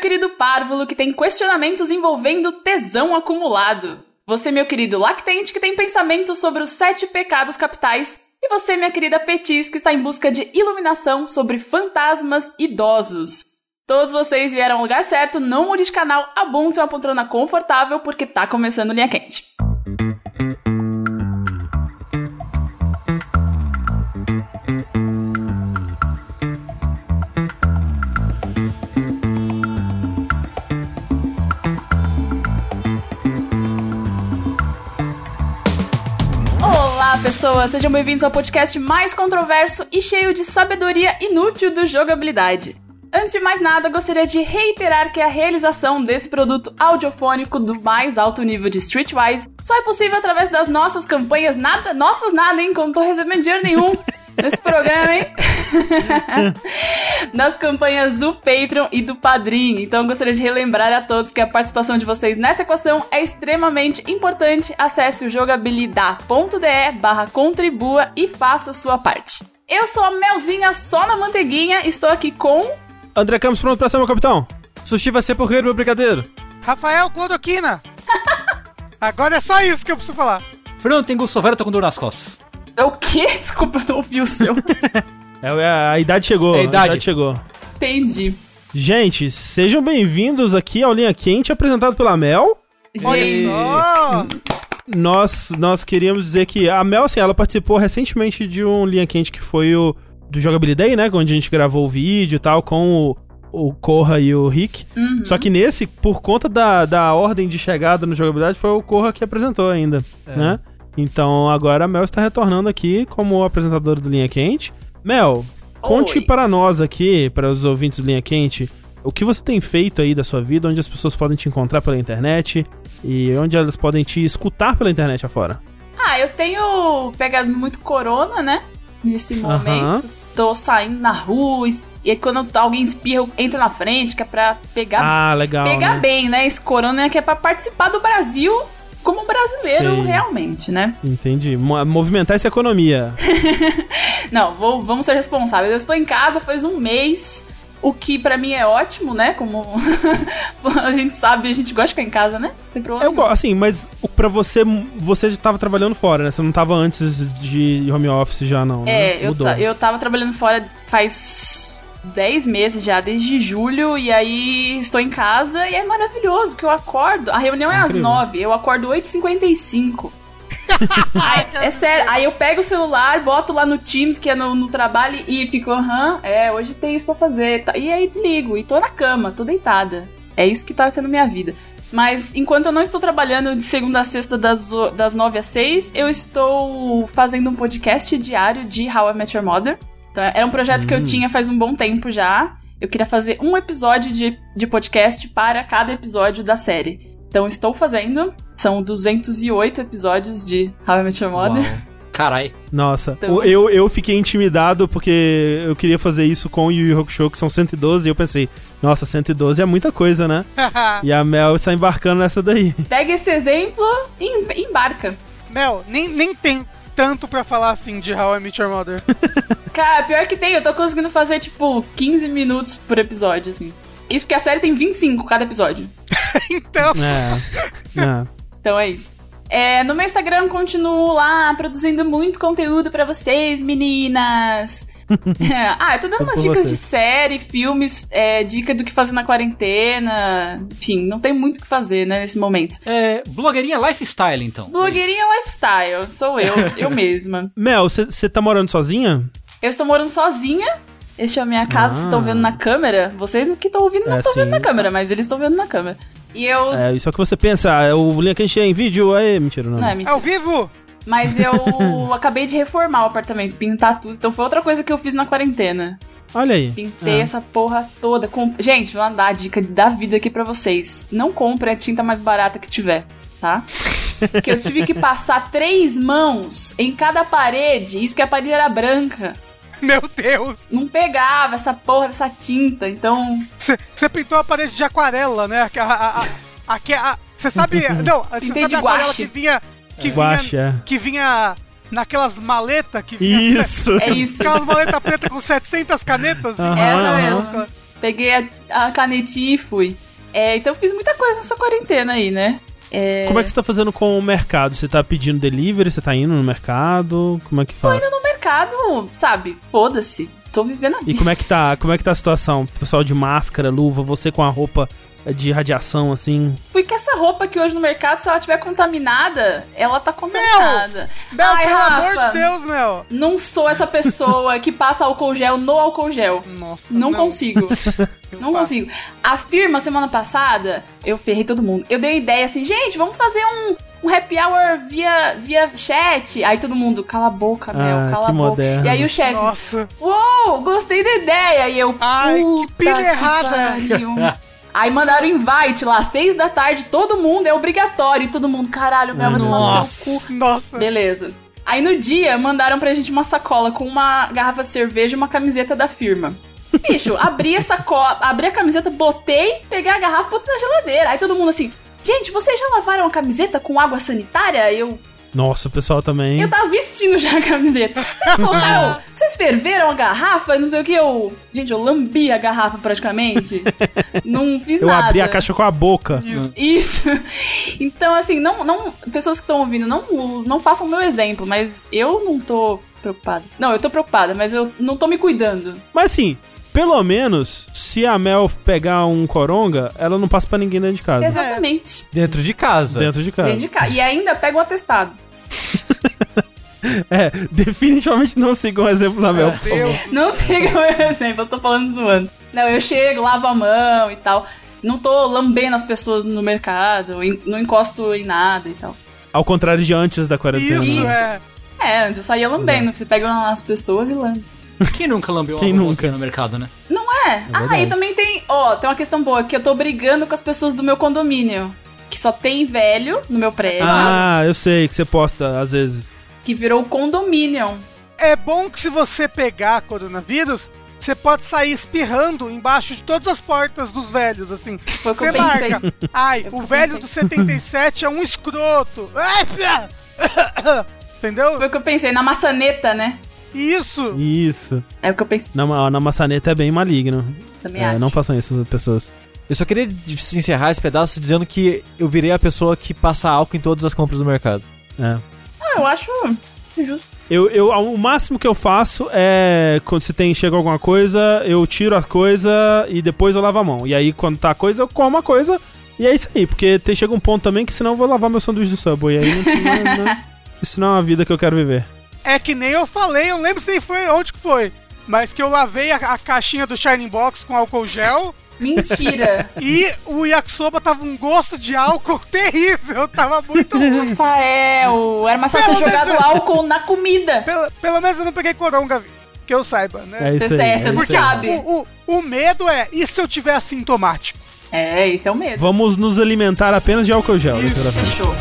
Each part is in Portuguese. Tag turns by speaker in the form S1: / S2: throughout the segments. S1: querido párvulo que tem questionamentos envolvendo tesão acumulado. Você, meu querido lactente, que tem pensamentos sobre os sete pecados capitais. E você, minha querida Petis, que está em busca de iluminação sobre fantasmas idosos. Todos vocês vieram ao lugar certo, não mude de canal, abunde uma poltrona confortável, porque tá começando Linha Quente. Olá, pessoas! Sejam bem-vindos ao podcast mais controverso e cheio de sabedoria inútil do jogabilidade. Antes de mais nada, gostaria de reiterar que a realização desse produto audiofônico do mais alto nível de Streetwise só é possível através das nossas campanhas nada, nossas nada, hein? Que eu não tô recebendo dinheiro nenhum nesse programa, hein? nas campanhas do Patreon e do Padrim. Então, eu gostaria de relembrar a todos que a participação de vocês nessa equação é extremamente importante. Acesse o jogabilidade.de barra contribua e faça sua parte. Eu sou a Melzinha só na manteiguinha, estou aqui com...
S2: André Campos pronto pra ser meu capitão. Sushi vai ser por rir, meu brigadeiro.
S3: Rafael Clodoquina. Agora é só isso que eu preciso falar.
S4: Fernando tem gosto severo, tá com dor nas costas.
S1: É o quê? Desculpa, eu não ouvi o seu.
S2: É, a, a idade chegou.
S4: É a idade.
S2: chegou.
S1: Entendi.
S2: Gente, sejam bem-vindos aqui ao Linha Quente, apresentado pela Mel.
S1: Gente,
S3: só.
S2: Nós, nós queríamos dizer que a Mel, assim, ela participou recentemente de um Linha Quente que foi o do Jogabilidade, né? Onde a gente gravou o vídeo e tal, com o, o Corra e o Rick.
S1: Uhum.
S2: Só que nesse, por conta da, da ordem de chegada no jogabilidade, foi o Corra que apresentou ainda, né? Então agora a Mel está retornando aqui como apresentadora do Linha Quente. Mel, conte
S1: Oi.
S2: para nós aqui, para os ouvintes do Linha Quente, o que você tem feito aí da sua vida, onde as pessoas podem te encontrar pela internet e onde elas podem te escutar pela internet afora.
S1: Ah, eu tenho pegado muito corona, né? Nesse momento. Tô saindo na rua. es- E aí quando alguém espirra, eu entro na frente, que é pra pegar,
S2: Ah, legal.
S1: pegar
S2: né?
S1: bem, né? Esse corona que é pra participar do Brasil como brasileiro
S2: Sei.
S1: realmente, né?
S2: Entendi. Mo- movimentar essa economia.
S1: Não, vou- vamos ser responsáveis. Eu estou em casa faz um mês, o que pra mim é ótimo, né? Como a gente sabe, a gente gosta de ficar em casa, né? Não Tem problema.
S2: Eu gosto, assim, mas o- pra você, você já tava trabalhando fora, né? Você não tava antes de home office já, não. né?
S1: É, eu,
S2: Mudou.
S1: ta- eu tava trabalhando fora faz 10 meses já, desde julho, e aí estou em casa e é maravilhoso que eu acordo. A reunião é, às
S2: Incrível.
S1: 9, eu acordo 8h55. Aí- é sério, aí eu pego o celular, boto lá no Teams, que é no, no trabalho, e fico, aham, é, hoje tem isso pra fazer. tá- E aí desligo, e tô na cama, tô deitada. É isso que tá sendo minha vida. Mas enquanto eu não estou trabalhando de segunda a sexta das, o- das nove às seis, eu estou fazendo um podcast diário de How I Met Your Mother. Então, era um projeto que eu
S2: Hum.
S1: tinha faz um bom tempo já. Eu queria fazer um episódio de, de podcast para cada episódio da série. Então estou fazendo. São 208 episódios de How I Met Your Mother.
S4: Uau. Carai.
S2: Nossa,
S1: Então-
S2: o- eu, eu fiquei intimidado porque eu queria fazer isso com o Yu Yu Hakusho, que são 112, e eu pensei, nossa, 112 é muita coisa, né? E a Mel está embarcando nessa daí.
S1: Pega esse exemplo e em- embarca.
S3: Mel, nem, nem tem tanto pra falar assim de How I Met Your Mother.
S1: Cara, pior que tem, eu tô conseguindo fazer tipo 15 minutos por episódio, assim. Isso porque a série tem 25 cada episódio.
S3: Então,
S2: É. é.
S1: Então é isso. É, no meu Instagram continuo lá produzindo muito conteúdo pra vocês, meninas. É, ah, eu tô dando
S2: Tudo
S1: umas
S2: por
S1: dicas
S2: vocês.
S1: de série, filmes, é, dica do que fazer na quarentena. Enfim, não tem muito o que fazer, né, nesse momento.
S4: É, blogueirinha lifestyle, então.
S1: Blogueirinha é lifestyle, sou eu, eu mesma.
S2: Mel, você tá morando sozinha?
S1: Eu estou morando sozinha. Este é a minha casa, vocês
S2: Ah.
S1: estão vendo na câmera. Vocês que estão ouvindo não
S2: É,
S1: estão vendo
S2: sim.
S1: na câmera, mas eles estão vendo na câmera. E eu.
S2: É, isso é o que você pensa. ah, O Linha Quente é em vídeo, aí, mentira, não.
S1: Não, é mentira.
S3: ao vivo,
S1: Mas eu acabei de reformar o apartamento, pintar tudo. Então foi outra coisa que eu fiz na quarentena.
S2: Olha aí.
S1: Pintei
S2: É.
S1: essa porra toda. Com... Gente, vou andar a dica da vida aqui pra vocês. Não compre a tinta mais barata que tiver, tá? Porque eu tive que passar três mãos em cada parede. Isso porque a parede era branca.
S3: meu Deus.
S1: Não pegava essa porra dessa tinta. Então,
S3: Você pintou a parede de aquarela, né? A- a- a- a- que- a- Você sabe... Não, você
S1: Pintei
S3: sabe
S1: de
S3: a aquarela
S1: guache.
S3: que vinha... Que
S2: Guache,
S3: vinha,
S2: é.
S3: que vinha naquelas maletas que vinha...
S2: Ah. Isso!
S1: é isso. É
S3: Aquelas maletas pretas com 700 canetas.
S2: Aham,
S1: Essa
S2: aham.
S1: mesmo. peguei a, a canetinha e fui. É, então eu fiz muita coisa nessa quarentena aí, né? É,
S2: Como é que você tá fazendo com o mercado? Você tá pedindo delivery? Você tá indo no mercado? Como é que faz?
S1: no mercado, sabe? Foda-se. Tô vivendo a vida.
S2: E como é que tá? Como é que tá a situação? Pessoal de máscara, luva, você com a roupa é, de radiação assim?
S1: Fui com essa roupa que hoje no mercado, se ela tiver contaminada, ela tá contaminada.
S3: Mel,
S1: Ai,
S3: pelo
S1: Rafa,
S3: amor de Deus, Mel.
S1: Não sou essa pessoa que passa álcool gel no álcool gel.
S3: Nossa,
S1: Não, consigo.
S3: Eu
S1: Não
S3: faço.
S1: consigo. A firma, semana passada, eu ferrei todo mundo. Eu dei ideia assim, gente, vamos fazer um, um happy hour via, via chat. Aí todo mundo, cala a boca, Mel,
S2: Ah,
S1: cala
S2: que
S1: a boca.
S2: moderno.
S1: E aí o chefe,
S3: Nossa.
S1: uou, gostei da ideia. E eu,
S3: Ai, que
S1: puta
S3: pilha errada.
S1: pariu. Aí mandaram invite lá, seis da tarde, todo mundo, é obrigatório. E todo mundo, caralho, Mel, vai tomar no seu cu.
S3: Nossa.
S1: Beleza. Aí no dia mandaram pra gente uma sacola com uma garrafa de cerveja e uma camiseta da firma. Bicho, abri a sacola, abri a camiseta, botei, peguei a garrafa, botei na geladeira. Aí todo mundo assim, gente, vocês já lavaram a camiseta com água sanitária? Eu,
S2: Nossa, o pessoal também.
S1: eu tava vestindo já a camiseta. Vocês colocaram, vocês ferveram a garrafa? Não sei o que, eu. Gente, eu lambi a garrafa praticamente. Não fiz
S2: Eu
S1: nada.
S2: abri a caixa com a boca.
S1: Isso. Então, assim, não, não pessoas que estão ouvindo, não, não façam o meu exemplo, mas eu não tô preocupada. Não, eu tô preocupada, mas eu não tô me cuidando.
S2: Mas assim, pelo menos, se a Mel pegar um coronga, ela não passa pra ninguém dentro de casa.
S1: Exatamente.
S5: Dentro de casa.
S2: Dentro de casa.
S1: Dentro de ca- E ainda pega o atestado.
S2: É, definitivamente não sigam o exemplo da Mel.
S3: Deus.
S1: Não siga o meu exemplo, eu tô falando zoando. Não, eu chego, lavo a mão e tal. Não tô lambendo as pessoas no mercado, em- não encosto em nada e tal.
S2: Ao contrário de antes da quarentena. né?
S3: Isso, é.
S1: É, antes eu saía lambendo. Você pega as pessoas e lambe.
S4: Quem nunca lambeu
S2: Quem
S4: Quem
S2: nunca?
S4: nunca no mercado, né?
S1: Não é? ah, e também tem. Ó, tem uma questão boa que eu tô brigando com as pessoas do meu condomínio. Que só tem velho no meu prédio,
S2: Ah, eu sei que você posta às vezes.
S1: que virou condomínio.
S3: É bom que se você pegar coronavírus, você pode sair espirrando embaixo de todas as portas dos velhos, assim.
S1: Foi o que
S3: Você
S1: eu pensei.
S3: marca. Ai,
S1: Eu
S3: o
S1: pensei.
S3: velho do 77 é um escroto. Ai, pia! Entendeu?
S1: Foi o que eu pensei, na maçaneta, né?
S3: Isso.
S2: Isso.
S1: É o que eu pensei
S2: Na, ma- na maçaneta é bem maligno.
S1: também,
S2: É,
S1: acho.
S2: não façam isso, pessoas.
S5: Eu só queria de- se encerrar esse pedaço dizendo que eu virei a pessoa que passa álcool em todas as compras do mercado.
S2: É.
S1: Ah, eu acho justo.
S2: Eu, eu, ao- o máximo que eu faço é quando se tem chega alguma coisa, eu tiro a coisa e depois eu lavo a mão. E aí quando tá a coisa, eu como a coisa e é isso aí, porque tem, chega um ponto também que senão eu vou lavar meu sanduíche do Subway. E aí não- não- não- isso não é uma vida que eu quero viver.
S3: É que nem eu falei, eu não lembro se nem foi onde que foi. Mas que eu lavei a, a caixinha do Shining Box com álcool gel
S1: Mentira.
S3: e o yakisoba tava um gosto de álcool terrível, tava muito ruim.
S1: Rafael, era mais fácil
S3: Pelo
S1: jogado
S3: menos-
S1: álcool na comida.
S3: Pelo, pelo menos eu não peguei coronga, que eu saiba, né?
S2: É isso aí.
S1: Você- você
S2: é
S1: não
S2: isso
S3: Porque
S2: aí.
S1: sabe.
S3: O, o, o medo é, e se eu tiver assintomático?
S1: É, isso é o mesmo.
S2: Vamos nos alimentar apenas de álcool gel. doutora Fernanda.
S1: Fechou.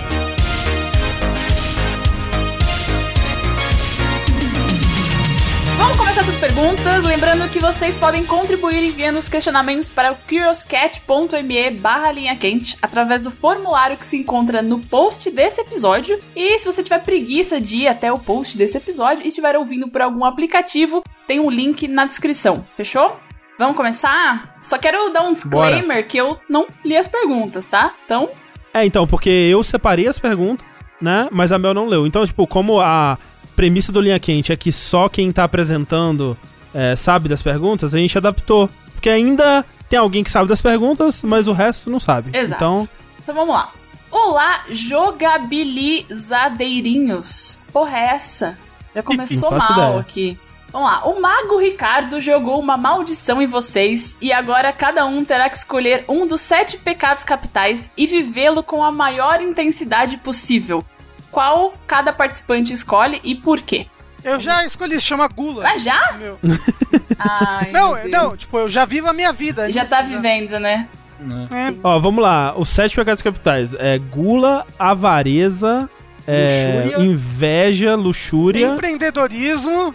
S1: Vamos começar essas perguntas, lembrando que vocês podem contribuir enviando os questionamentos para o curioscat.me barra linha quente através do formulário que se encontra no post desse episódio. E se você tiver preguiça de ir até o post desse episódio e estiver ouvindo por algum aplicativo, tem um link na descrição, fechou? Vamos começar? Só quero dar um
S2: Bora.
S1: disclaimer que eu não li as perguntas, tá? Então,
S2: É, então, porque eu separei as perguntas, né? Mas a Mel não leu. Então, tipo, como a premissa do Linha Quente é que só quem tá apresentando é, sabe das perguntas, a gente adaptou. Porque ainda tem alguém que sabe das perguntas, mas o resto não sabe.
S1: Exato.
S2: Então,
S1: Então vamos lá. Olá, jogabilizadeirinhos. Porra, é essa? Já começou
S2: faço
S1: mal
S2: ideia.
S1: aqui. Vamos lá. O Mago Ricardo jogou uma maldição em vocês e agora cada um terá que escolher um dos sete pecados capitais e vivê-lo com a maior intensidade possível. Qual cada participante escolhe e por quê?
S3: Eu já escolhi, chama gula.
S1: Ah, já?
S3: Meu.
S1: Ai,
S3: Não,
S1: meu
S3: não,
S1: Deus.
S3: tipo, eu já vivo a minha vida.
S1: Já tá vivendo, né?
S3: É.
S2: ó, vamos lá. Os sete pecados capitais é gula, avareza, é,
S4: Luxúria.
S2: inveja, luxúria.
S3: Empreendedorismo.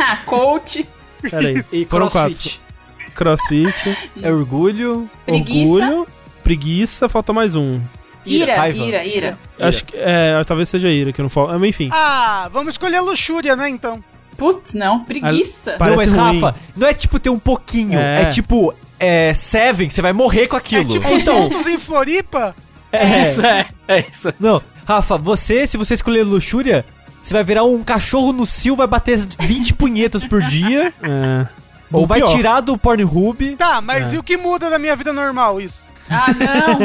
S1: Ah, coach,
S2: Peraí.
S4: E
S2: Foram
S4: crossfit.
S2: quatro. Crossfit,
S5: É orgulho.
S1: preguiça,
S2: orgulho, preguiça, falta mais um.
S1: ira,
S5: raiva.
S1: ira, ira.
S4: Ira.
S2: Acho que. É, talvez seja ira que não falta. mas Enfim.
S3: Ah, vamos escolher luxúria, né, então?
S1: Putz, não, preguiça.
S2: Parece
S5: não, mas
S2: ruim.
S5: Rafa, não é tipo ter um pouquinho.
S2: É.
S5: É, tipo, é, Seven, você vai morrer com aquilo.
S3: É tipo
S5: então,
S3: juntos em Floripa?
S5: é.
S4: Isso é, é isso.
S5: Não, Rafa, você, se você escolher luxúria, você vai virar um cachorro no cio, vai bater 20 punhetas por dia,
S2: É.
S5: ou vai
S2: pior.
S5: tirar do Pornhub.
S3: Tá, mas e o que muda da minha vida normal isso?
S1: Ah, não.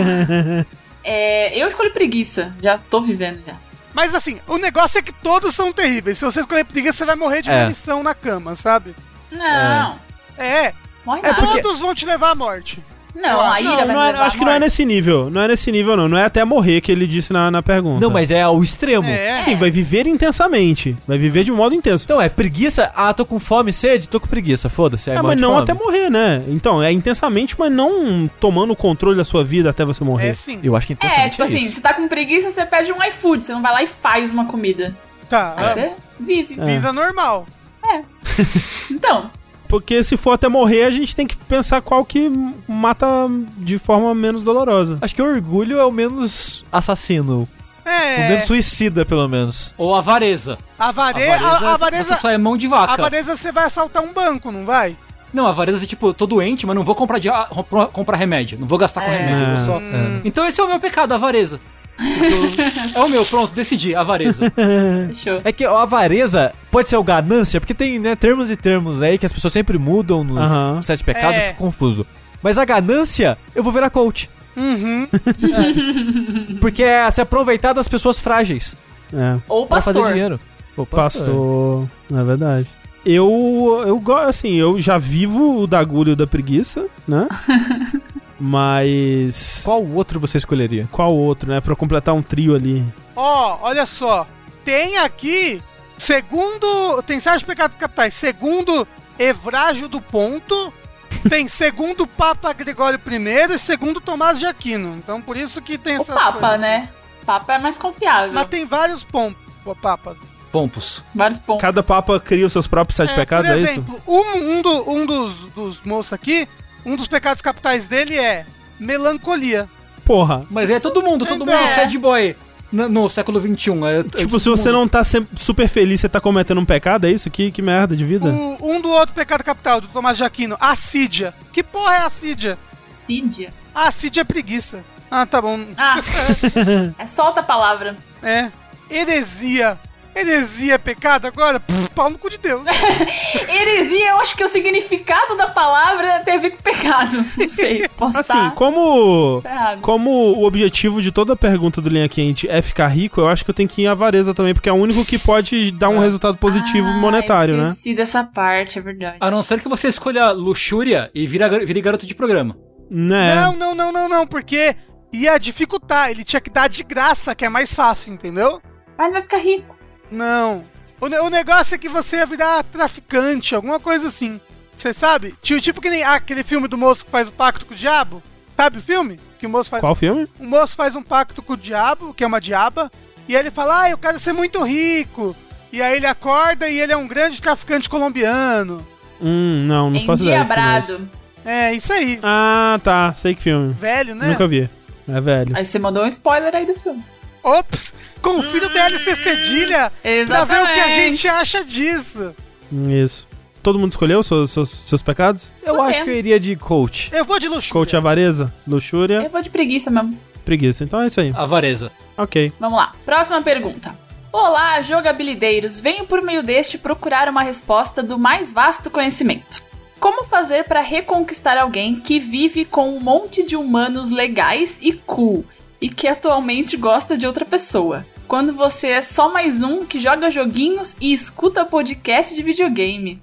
S1: É, eu escolho preguiça. Já tô vivendo já.
S3: Mas assim, o negócio é que todos são terríveis. Se você escolher preguiça, você vai morrer de
S5: É.
S3: munição na cama, sabe?
S1: Não.
S3: É,
S1: Morre
S5: É
S1: nada.
S5: porque-
S3: todos vão te levar à morte.
S1: Não, a ira vai
S2: Não,
S1: me
S2: não é-
S1: levar
S2: acho
S1: à
S2: que não é
S1: morte.
S2: nesse nível. Não é nesse nível, não. Não é até morrer que ele disse na, na pergunta.
S5: Não, mas é ao extremo.
S3: É.
S2: Sim, assim, vai viver intensamente. Vai viver de um modo intenso.
S5: Então é preguiça, ah, tô com fome, sede, tô com preguiça, foda-se. aí
S2: É,
S5: morre
S2: mas
S5: de
S2: não
S5: fome.
S2: até morrer, né? Então, é intensamente, mas não tomando o controle da sua vida até você morrer.
S3: É sim.
S5: Eu acho que
S1: É,
S5: intensamente
S1: tipo assim,
S5: isso.
S1: você tá com preguiça, você pede um iFood, você não vai lá e faz uma comida.
S3: Tá.
S1: Aí você vive.
S2: É.
S3: Vida normal.
S1: Então,
S2: Porque se for até morrer, a gente tem que pensar qual que mata de forma menos dolorosa.
S5: Acho que o orgulho é o menos assassino, o
S3: É.
S5: menos suicida, pelo menos.
S4: Ou avareza.
S3: Avare... A
S4: Avareza,
S3: a- avareza,
S4: Você só é mão de
S3: a
S4: vaca.
S3: avareza você vai assaltar um banco, não vai?
S4: Não, avareza é tipo, eu tô doente, mas não vou comprar, de, ah, comprar- comprar remédio. Não vou gastar com
S1: É.
S4: remédio. eu vou só-
S5: É.
S4: Então esse é o meu pecado, avareza. Porque eu- é o meu, pronto, decidi, avareza.
S1: fechou.
S5: É que a avareza pode ser o ganância, porque tem né, termos e termos aí que as pessoas sempre mudam nos
S2: Aham.
S5: sete pecados,
S3: É.
S5: eu fico confuso. Mas a ganância, eu vou virar coach.
S3: Uhum.
S5: Porque é se aproveitar das pessoas frágeis
S2: É.
S1: Ou
S5: pra fazer
S1: pastor.
S5: dinheiro. Pô,
S2: Pastor, na verdade. Eu, eu gosto, assim, eu já vivo o da agulha e o da preguiça, né? Mas.
S5: Qual outro você escolheria?
S2: Qual outro, né? Pra completar um trio ali.
S3: Ó, olha só. Tem aqui, segundo. Tem Sérgio Pecado Capitais, segundo Evrágio do Ponto. Tem segundo Papa Gregório I e segundo Tomás de Aquino. Então por isso que tem
S1: O
S3: essas
S1: Papa,
S3: coisas.
S1: né? Papa é mais confiável.
S3: Mas tem vários pom- pô, papas.
S4: Pompos.
S1: Vários pontos.
S2: Cada papa cria os seus próprios sete
S3: É,
S2: pecados,
S3: por
S2: é isso?
S3: exemplo, um, um, do- um dos, dos moços aqui, um dos pecados capitais dele é melancolia.
S2: Porra.
S4: Mas é todo mundo, todo mundo
S1: É.
S4: sad boy no, no século XXI. é- é
S2: Tipo,
S4: todo
S2: se você
S4: mundo.
S2: não tá sempre super feliz, você tá cometendo um pecado, é isso? Que, que merda de vida?
S3: O- um do outro pecado capital, do Tomás de Aquino, assídia. Que porra é assídia?
S1: Sídia.
S3: Ah, Cid é preguiça. Ah, tá bom.
S1: Ah, é solta a palavra.
S3: É. Heresia. Heresia é pecado agora? Pff, pau no cu de Deus.
S1: Heresia, eu acho que o significado da palavra tem a ver com pecado. Não sei, posso
S2: Assim,
S1: estar
S2: como.
S1: errado.
S2: Como o objetivo de toda pergunta do Linha Quente é ficar rico, eu acho que eu tenho que ir em avareza também, porque é o único que pode dar um resultado positivo
S1: Ah,
S2: monetário, né?
S1: esqueci dessa parte, é verdade.
S4: A não ser que você escolha luxúria e vira, gar- vire garoto de programa.
S2: Né?
S3: Não, não, não, não, não, porque ia dificultar. Ele tinha que dar de graça, que é mais fácil, entendeu?
S1: Ah, ele vai ficar rico.
S3: Não. O, ne- o negócio é que você ia virar traficante, alguma coisa assim. Você sabe? Tipo, tipo que nem aquele filme do moço que faz o pacto com o diabo. Sabe o filme? Que o moço faz
S2: Qual filme?
S3: um moço faz um pacto com o diabo, que é uma diaba, e ele fala, ah, eu quero ser muito rico. E aí ele acorda e ele é um grande traficante colombiano.
S2: Hum, não, não faço ideia.
S1: Endiabrado.
S3: É, isso aí.
S2: Ah, tá. Sei que filme.
S3: Velho, né?
S2: Nunca vi. É velho.
S1: Aí você mandou um spoiler aí do filme.
S3: Ops! Confira o DLC Cedilha pra ver o que a gente acha disso.
S2: Isso. Todo mundo escolheu seus, seus, seus pecados?
S5: Eu
S1: Escolher.
S5: acho que eu iria de coach.
S3: Eu vou de luxo.
S2: Coach avareza, luxúria,
S1: Eu vou de preguiça mesmo.
S2: preguiça. Então é isso aí.
S4: Avareza.
S2: Ok.
S1: Vamos lá. Próxima pergunta. Olá, jogabilideiros. Venho por meio deste procurar uma resposta do mais vasto conhecimento. Como fazer para reconquistar alguém que vive com um monte de humanos legais e cool e que atualmente gosta de outra pessoa? Quando você é só mais um que joga joguinhos e escuta podcast de videogame.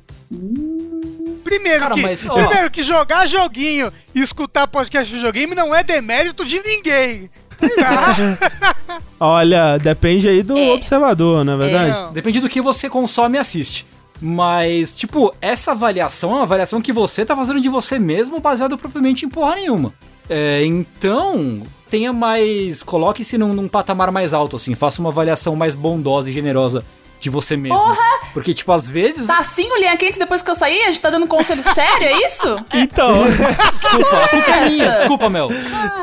S3: Primeiro,
S4: Cara,
S3: que,
S4: mas, ó.
S3: primeiro que jogar joguinho e escutar podcast de videogame não é demérito de ninguém. Tá?
S2: Olha, depende aí do observador, na verdade.
S3: Não.
S4: Depende do que você consome e assiste. Mas, tipo, essa avaliação é uma avaliação que você tá fazendo de você mesmo, baseado provavelmente em porra nenhuma. É, então, tenha mais. Coloque-se num, num patamar mais alto, assim. Faça uma avaliação mais bondosa e generosa de você mesmo. Porque, tipo, às vezes.
S1: Tá assim o linha quente depois que eu saí? A gente tá dando conselho sério, é isso?
S2: Então,
S4: Desculpa, a culpa é minha.
S1: essa?
S4: Desculpa, Mel.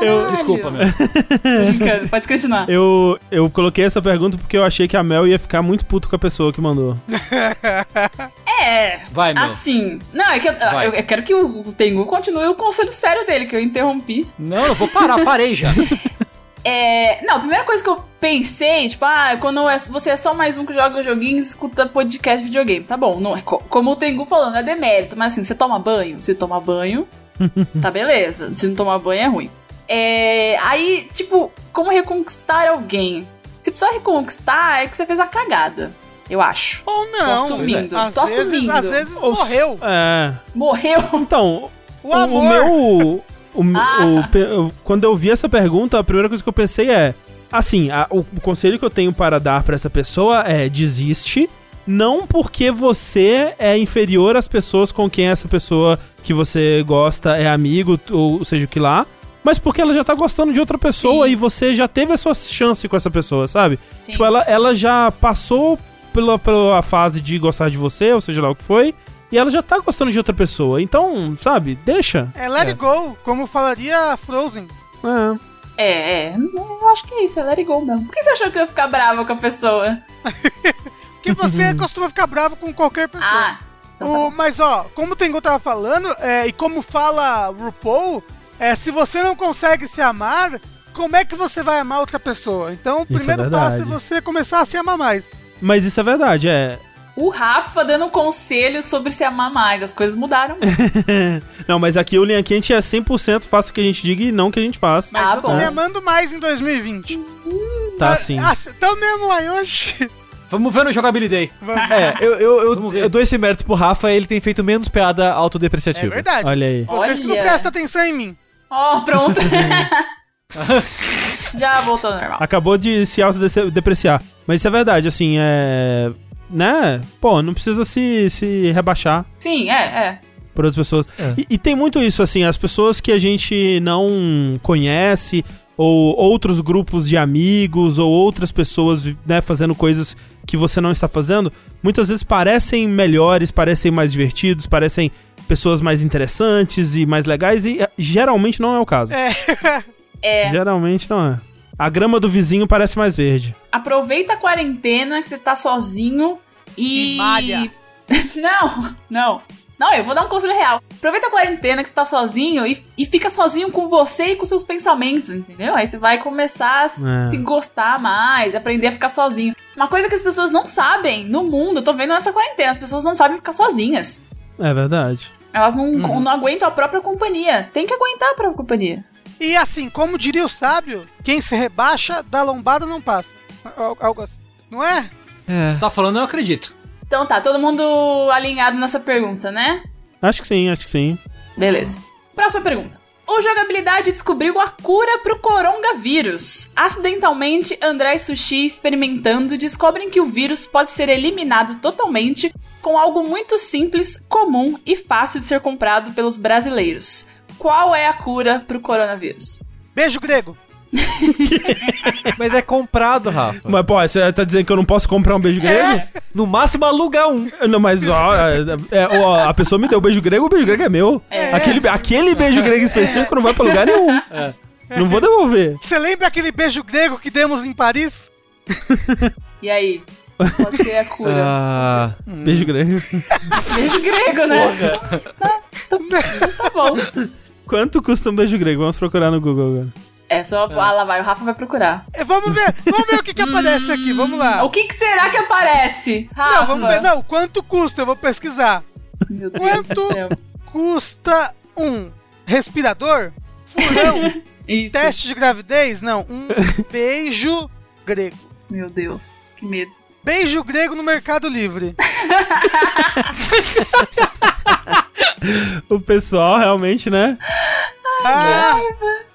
S1: Eu-
S4: Desculpa, Mel.
S1: Tô brincando, Pode continuar.
S2: eu, eu coloquei essa pergunta porque eu achei que a Mel ia ficar muito puto com a pessoa que mandou.
S1: É, É.
S4: Vai, meu.
S1: Assim. Não, é que eu,
S4: Vai.
S1: eu- eu quero que o Tengu continue o conselho sério dele, que eu interrompi.
S4: Não, eu vou parar, parei já.
S1: É, não, a primeira coisa que eu pensei, tipo, ah, quando é- você é só mais um que joga joguinhos, escuta podcast de videogame. Tá bom, não é co- como o Tengu falando, é demérito, mas assim, você toma banho? Se toma banho, tá beleza. Se não tomar banho é ruim. É, aí, tipo, como reconquistar alguém? Se precisar reconquistar, é que você fez a cagada, eu acho.
S3: Ou não.
S1: assumindo,
S3: Às
S1: tô
S3: vezes,
S1: assumindo.
S3: Às vezes
S2: Ou-
S3: morreu.
S2: É.
S1: Morreu.
S2: Então,
S3: O amor.
S2: meu. o- o-
S1: Ah,
S2: o-
S1: tá.
S2: pe- eu- quando eu vi essa pergunta, a primeira coisa que eu pensei é. Assim, a- o, o conselho que eu tenho para dar para essa pessoa é: desiste. Não porque você é inferior às pessoas com quem essa pessoa que você gosta é amigo, ou seja o que lá, mas porque ela já tá gostando de outra pessoa
S1: Sim.
S2: e você já teve a sua chance com essa pessoa, sabe?
S1: Sim.
S2: Tipo, ela, ela já passou pela, pela fase de gostar de você, ou seja lá o que foi, e ela já tá gostando de outra pessoa. Então, sabe, deixa.
S3: É let
S2: É.
S3: it go, como falaria Frozen.
S2: É.
S1: É, é, eu acho que é isso, é let it go mesmo. Por que você achou que eu ia ficar brava com a pessoa?
S3: Que você costuma ficar bravo com qualquer pessoa.
S1: Ah, então tá
S3: O- mas ó, como o Tengu tava falando, é, e como fala RuPaul, é, se você não consegue se amar, como é que você vai amar outra pessoa? Então o
S2: é
S3: primeiro passo
S2: verdade.
S3: é você começar a se amar mais.
S2: Mas isso é verdade, é.
S1: O Rafa dando um conselho sobre se amar mais. As coisas mudaram.
S2: Não, mas aqui o linha quente é 100% faça o que a gente diga e não o que a gente faz.
S1: ah,
S3: eu
S1: bom.
S3: tô me amando mais em 2020.
S2: Tá sim.
S3: Ah, então mesmo aí hoje.
S4: Vamos ver no Jogabilidade.
S5: É, eu, eu, eu,
S4: Vamos ver.
S5: eu dou esse mérito pro Rafa, ele tem feito menos piada autodepreciativa.
S3: É verdade.
S2: Olha aí.
S3: Vocês que não
S1: Olha.
S3: prestam atenção em mim.
S1: Ó, pronto. Já voltou ao normal.
S2: Acabou de se autodepreciar. Mas isso é verdade, assim, é. Né? Pô, não precisa se, se rebaixar.
S1: Sim, é, é.
S2: por outras pessoas.
S5: É.
S2: E, e tem muito isso, assim, as pessoas que a gente não conhece, ou outros grupos de amigos, ou outras pessoas, né, fazendo coisas que você não está fazendo, muitas vezes parecem melhores, parecem mais divertidos, parecem pessoas mais interessantes e mais legais, e eh, geralmente não é o caso.
S1: É,
S2: Geralmente não é. A grama do vizinho parece mais verde.
S1: aproveita a quarentena que você tá sozinho e.
S3: E malha.
S1: não, não. Não, eu vou dar um conselho real. Aproveita a quarentena que você tá sozinho e, e fica sozinho com você e com seus pensamentos, entendeu? Aí você vai começar a
S2: É.
S1: se gostar mais, aprender a ficar sozinho. Uma coisa que as pessoas não sabem no mundo, eu tô vendo nessa quarentena, as pessoas não sabem ficar sozinhas.
S2: É verdade.
S1: Elas não,
S3: Uhum.
S1: não aguentam a própria companhia. Tem que aguentar a própria companhia.
S3: E assim, como diria o sábio, quem se rebaixa da lombada não passa. Al- Algo assim. Não é?
S4: Você tá falando, eu acredito.
S1: Então tá, todo mundo alinhado nessa pergunta, né?
S2: Acho que sim, acho que sim.
S1: Beleza. Próxima pergunta. O Jogabilidade descobriu a cura pro coronavírus. Acidentalmente, André e Sushi, experimentando, descobrem que o vírus pode ser eliminado totalmente com algo muito simples, comum e fácil de ser comprado pelos brasileiros. Qual é a cura pro coronavírus?
S3: Beijo grego.
S5: Mas é comprado, Rafa.
S2: Mas, pô, você tá dizendo que eu não posso comprar um beijo grego?
S5: No máximo alugar um.
S2: Não, mas ó, é, é, ó, a pessoa me deu o beijo grego, o beijo grego é meu. Aquele, aquele beijo grego específico não vai pra lugar nenhum.
S3: É.
S2: Não vou devolver.
S3: Você lembra aquele beijo grego que demos em Paris?
S1: E aí? Pode ser a cura.
S5: Ah,
S3: Hum.
S2: Beijo grego.
S1: Beijo grego, né? Tá, tá- tá bom.
S2: Quanto custa um beijo grego? Vamos procurar no Google agora.
S1: É só. Ah, lá vai, o Rafa vai procurar.
S3: É, Vamos ver, vamos ver o que, que aparece aqui, vamos lá.
S1: O que, que será que aparece? Rafa.
S3: Não, vamos ver, não, quanto custa? Eu vou pesquisar.
S1: Meu Deus do
S3: Quanto
S1: céu.
S3: custa um respirador? Furão?
S1: Isso.
S3: Teste de gravidez? Não, um beijo grego.
S1: Meu Deus, que medo.
S3: Beijo grego no Mercado Livre.
S2: O pessoal realmente, né?
S3: Ah,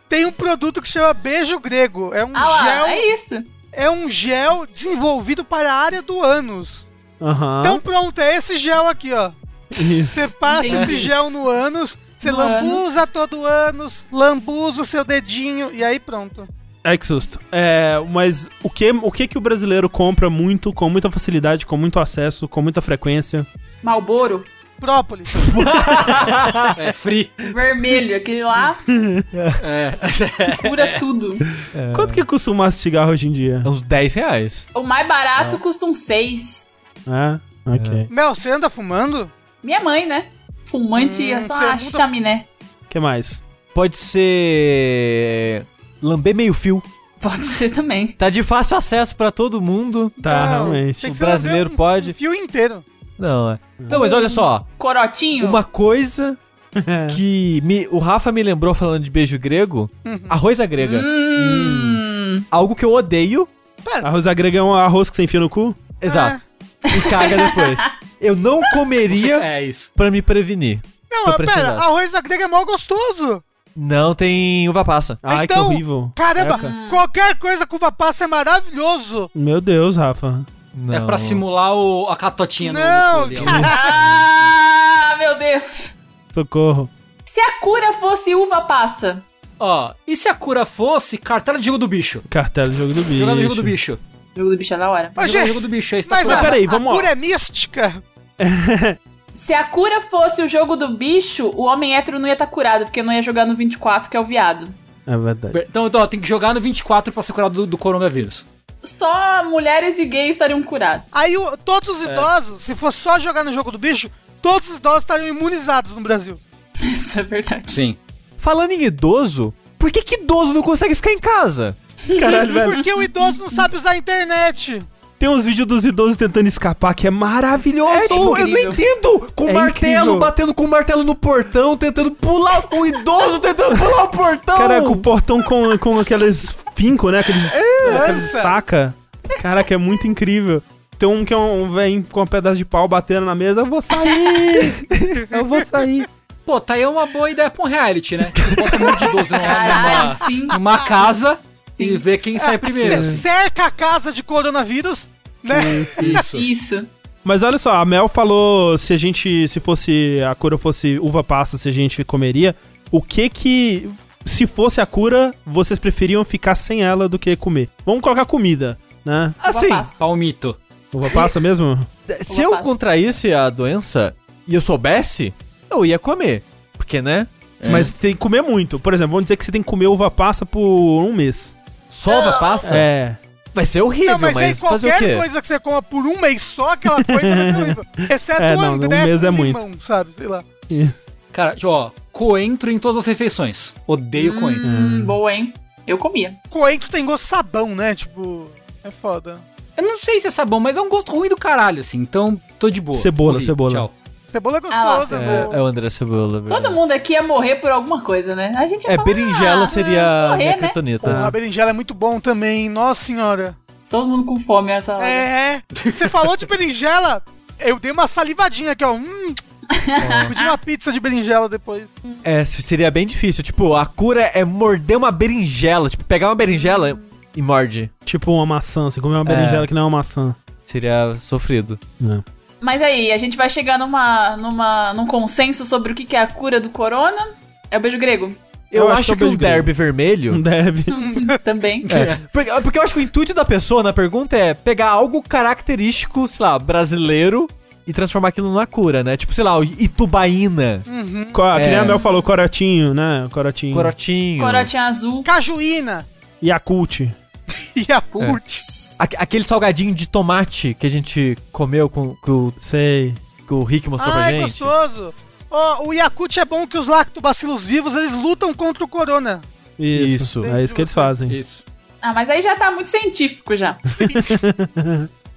S3: tem um produto que chama beijo grego. É um
S1: Ah lá,
S3: gel
S1: é isso.
S3: é um gel desenvolvido para a área do ânus.
S2: Aham.
S3: Então pronto, é esse gel aqui, ó.
S2: Isso.
S3: Você passa
S1: Entendi.
S3: esse gel no ânus, você
S1: No
S3: lambuza todo o ânus, lambuza o seu dedinho e aí pronto.
S2: Ai, que susto. É, mas o que, o que que o brasileiro compra muito, com muita facilidade, com muito acesso, com muita frequência?
S1: Malboro,
S3: Própolis.
S4: É free.
S1: vermelho, aquele lá
S4: É.
S1: cura tudo.
S3: É.
S2: Quanto que custa um maço de cigarro hoje em dia?
S5: é uns 10 reais.
S1: O mais barato custa um 6.
S2: É. Ok.
S3: Mel, você anda fumando?
S1: Minha mãe, né? Fumante,
S3: Hum,
S1: é só
S3: você
S1: a
S3: muda-
S1: chaminé.
S2: que mais?
S5: Pode ser. Lamber meio fio.
S1: Pode ser também.
S5: Tá de fácil acesso pra todo mundo.
S2: Tá,
S3: Não,
S2: realmente.
S3: Então, tem que
S5: O
S3: ser lamber
S5: brasileiro
S3: um-
S5: pode.
S3: Um fio inteiro.
S5: Não, é. Não, mas olha só.
S1: Corotinho?
S5: Uma coisa que me- o Rafa me lembrou falando de beijo grego: arroz à grega.
S1: Hum.
S5: Algo que eu odeio.
S2: Arroz agrega é um arroz que você enfia no cu?
S3: É.
S5: Exato. E caga depois. Eu não comeria
S4: É isso.
S5: pra me prevenir.
S3: Não,
S5: Tô
S3: mas pera,
S5: precisando.
S3: arroz da grega é mó gostoso.
S5: Não tem uva passa.
S2: Ai,
S3: Então,
S2: que horrível.
S3: Caramba,
S2: Eca.
S3: qualquer coisa com uva passa é maravilhoso.
S2: Meu Deus, Rafa.
S5: Não.
S4: É pra simular o, a catotinha no-
S3: Não,
S4: no colhão.
S3: cara.
S1: Ah, meu Deus.
S2: Socorro.
S1: Se a cura fosse uva passa,
S4: Ó, e se a cura fosse cartela de jogo do bicho?
S2: Cartela do jogo do bicho.
S4: Jogando o jogo do bicho.
S1: jogo do bicho é da hora.
S3: Ô,
S4: Jogando o jogo
S3: gente,
S4: do bicho, aí tá está
S3: mas
S2: Mas
S3: a,
S4: curado.
S2: peraí,
S3: a
S2: vamos lá.
S3: cura é mística.
S1: Se a cura fosse o jogo do bicho, o homem hétero não ia estar curado, porque não ia jogar no 24, que é o viado.
S2: É verdade.
S4: Então, então, ó, tem que jogar no 24 pra ser curado do, do coronavírus.
S1: Só mulheres e gays estariam curados.
S3: Aí o- todos os
S2: É.
S3: idosos, se fosse só jogar no jogo do bicho, todos os idosos estariam imunizados no Brasil.
S1: Isso é verdade.
S4: Sim.
S5: Falando em idoso, por que, que idoso não consegue ficar em casa?
S2: Caralho, velho.
S3: Porque o idoso não sabe usar a internet.
S2: Tem uns vídeos dos idosos tentando escapar que é maravilhoso.
S5: É, tipo, eu não
S1: incrível.
S5: entendo! Com
S2: É
S5: martelo,
S2: incrível.
S5: batendo com martelo no portão, tentando pular. O idoso tentando pular o portão!
S2: Caraca, o portão com, com aqueles finco, né? Aqueles, aqueles
S3: lança.
S2: taca. Caraca, é muito incrível. Tem um que é um velho com um pedaço de pau batendo na mesa. Eu vou sair! eu vou sair.
S4: Pô, tá aí uma boa ideia pra um reality, né? Tipo, Bota um monte de idoso numa,
S1: Caralho,
S4: numa-
S1: sim.
S4: numa casa e vê quem sai primeiro.
S3: Você cerca a casa de coronavírus, né?
S4: Isso.
S1: Isso.
S2: Mas olha só, a Mel falou se a gente, se fosse a cura fosse uva passa, se a gente comeria. O que que, se fosse a cura, vocês preferiam ficar sem ela do que comer? Vamos colocar comida, né?
S5: Assim,
S1: Uva passa.
S4: Palmito.
S2: Uva passa mesmo?
S5: se eu contraísse a doença e eu soubesse, eu ia comer. Porque, né?
S2: Mas tem que comer muito. Por exemplo, vamos dizer que você tem que comer uva passa por um mês.
S5: Só uva passa?
S2: É.
S5: Vai ser horrível,
S3: Não, mas,
S5: mas,
S3: aí
S5: fazer o quê?
S3: qualquer coisa que você coma por um mês só, aquela coisa vai ser horrível. Exceto
S2: É,
S3: o
S2: não,
S3: André
S2: um mês
S3: com
S2: é muito.
S3: limão, sabe? Sei lá.
S4: Cara, ó, coentro em todas as refeições. Odeio coentro.
S1: Hum, boa, hein? Eu comia.
S3: Coentro tem gosto de sabão, né? Tipo, é foda.
S4: Eu não sei se é sabão, mas é um gosto ruim do caralho, assim. Então, tô de boa.
S2: Cebola, cebola.
S4: Tchau.
S3: Cebola é
S1: Ah,
S3: gostosa,
S1: lá,
S3: né?
S5: É, é o André Cebola.
S1: Todo
S5: verdade.
S1: mundo aqui ia morrer por alguma coisa, né? A gente ia
S5: É,
S1: falar,
S5: berinjela
S1: ah,
S5: seria a
S1: morrer,
S5: minha
S1: né?
S5: criptonita.
S2: Tá.
S3: Porra, a berinjela é muito bom também, nossa senhora.
S1: Todo mundo com fome essa hora.
S3: É, você falou de berinjela, eu dei uma salivadinha aqui, ó. Hum, pedi uma pizza de berinjela depois.
S5: É, se- seria bem difícil. Tipo, a cura é morder uma berinjela. Tipo, pegar uma berinjela e morde.
S2: Tipo uma maçã. Você comeu uma berinjela que não é uma maçã.
S5: Seria sofrido.
S1: Mas aí, a gente vai chegar numa, numa, num consenso sobre o que, que é a cura do corona? É o beijo grego?
S5: Eu, acho, que,
S2: é o
S5: um
S2: beijo grego.
S5: derby vermelho.
S2: Não deve.
S1: Também.
S5: É, porque, porque eu acho que o intuito da pessoa na pergunta é pegar algo característico, sei lá, brasileiro e transformar aquilo numa cura, né? Tipo, sei lá, o Itubaína,
S2: Co- Que nem
S5: É.
S2: a Mel falou, corotinho, né? Corotinho.
S5: corotinho.
S1: Corotinha azul.
S3: Cajuína
S2: E a cult.
S3: e a putz.
S5: Aque- aquele salgadinho de tomate que a gente comeu com que o,
S2: Sei.
S5: que o Rick mostrou
S3: Ah,
S5: pra
S3: é
S5: gente.
S3: gostoso. Ó, o Yakut é bom que os lactobacilos vivos, eles lutam contra o corona.
S2: Isso.
S5: Isso.
S2: É isso que eles fazem.
S4: Isso.
S1: Ah, mas aí já tá muito científico já.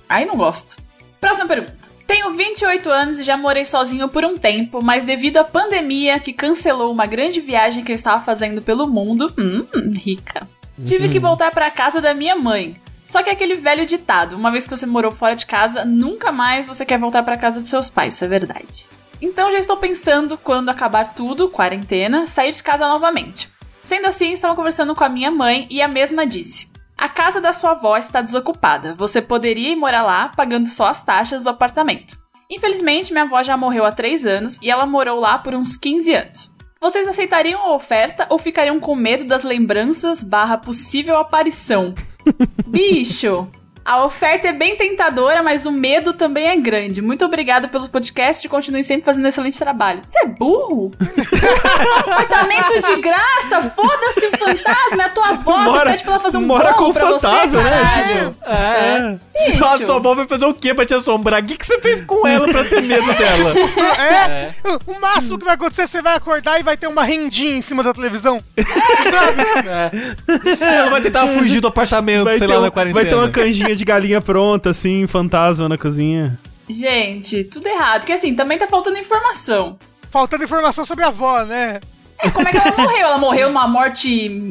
S1: aí não gosto. Próxima pergunta. Tenho 28 anos e já morei sozinho por um tempo, mas devido à pandemia que cancelou uma grande viagem que eu estava fazendo pelo mundo, hum, rica, tive que voltar pra casa da minha mãe. Só que é aquele velho ditado, uma vez que você morou fora de casa, nunca mais você quer voltar pra casa dos seus pais, isso é verdade. Então já estou pensando quando acabar tudo, quarentena, sair de casa novamente. Sendo assim, estava conversando com a minha mãe e a mesma disse: A casa da sua avó está desocupada. Você poderia ir morar lá pagando só as taxas do apartamento. Infelizmente, minha avó já morreu há 3 anos e ela morou lá por uns 15 anos. Vocês aceitariam a oferta ou ficariam com medo das lembranças barra possível aparição? Bicho! A oferta é bem tentadora, mas o medo também é grande. Muito obrigado pelos podcasts e continue sempre fazendo um excelente trabalho. Você é burro? Apartamento de graça, foda-se o fantasma, é a tua avó,
S5: Mora-
S1: você pede pra ela fazer um
S5: mora
S1: bolo
S5: com o
S1: pra você,
S5: fantasma, né?
S1: caralho.
S5: Tipo, é.
S1: Bicho.
S5: Nossa, sua avó vai fazer o quê pra te assombrar? O que, que você fez com ela pra ter medo dela?
S3: É, o máximo que vai acontecer é você vai acordar e vai ter uma rendinha em cima da televisão. Sabe?
S5: ela vai tentar fugir do apartamento,
S2: Vai
S5: sei
S2: ter
S5: lá,
S2: um-
S5: na quarentena.
S2: Vai ter uma canjinha de galinha pronta, assim, fantasma na cozinha.
S1: Gente, tudo errado. Porque assim, também tá faltando informação.
S3: Faltando informação sobre a avó, né?
S1: É, como é que ela morreu? Ela morreu numa morte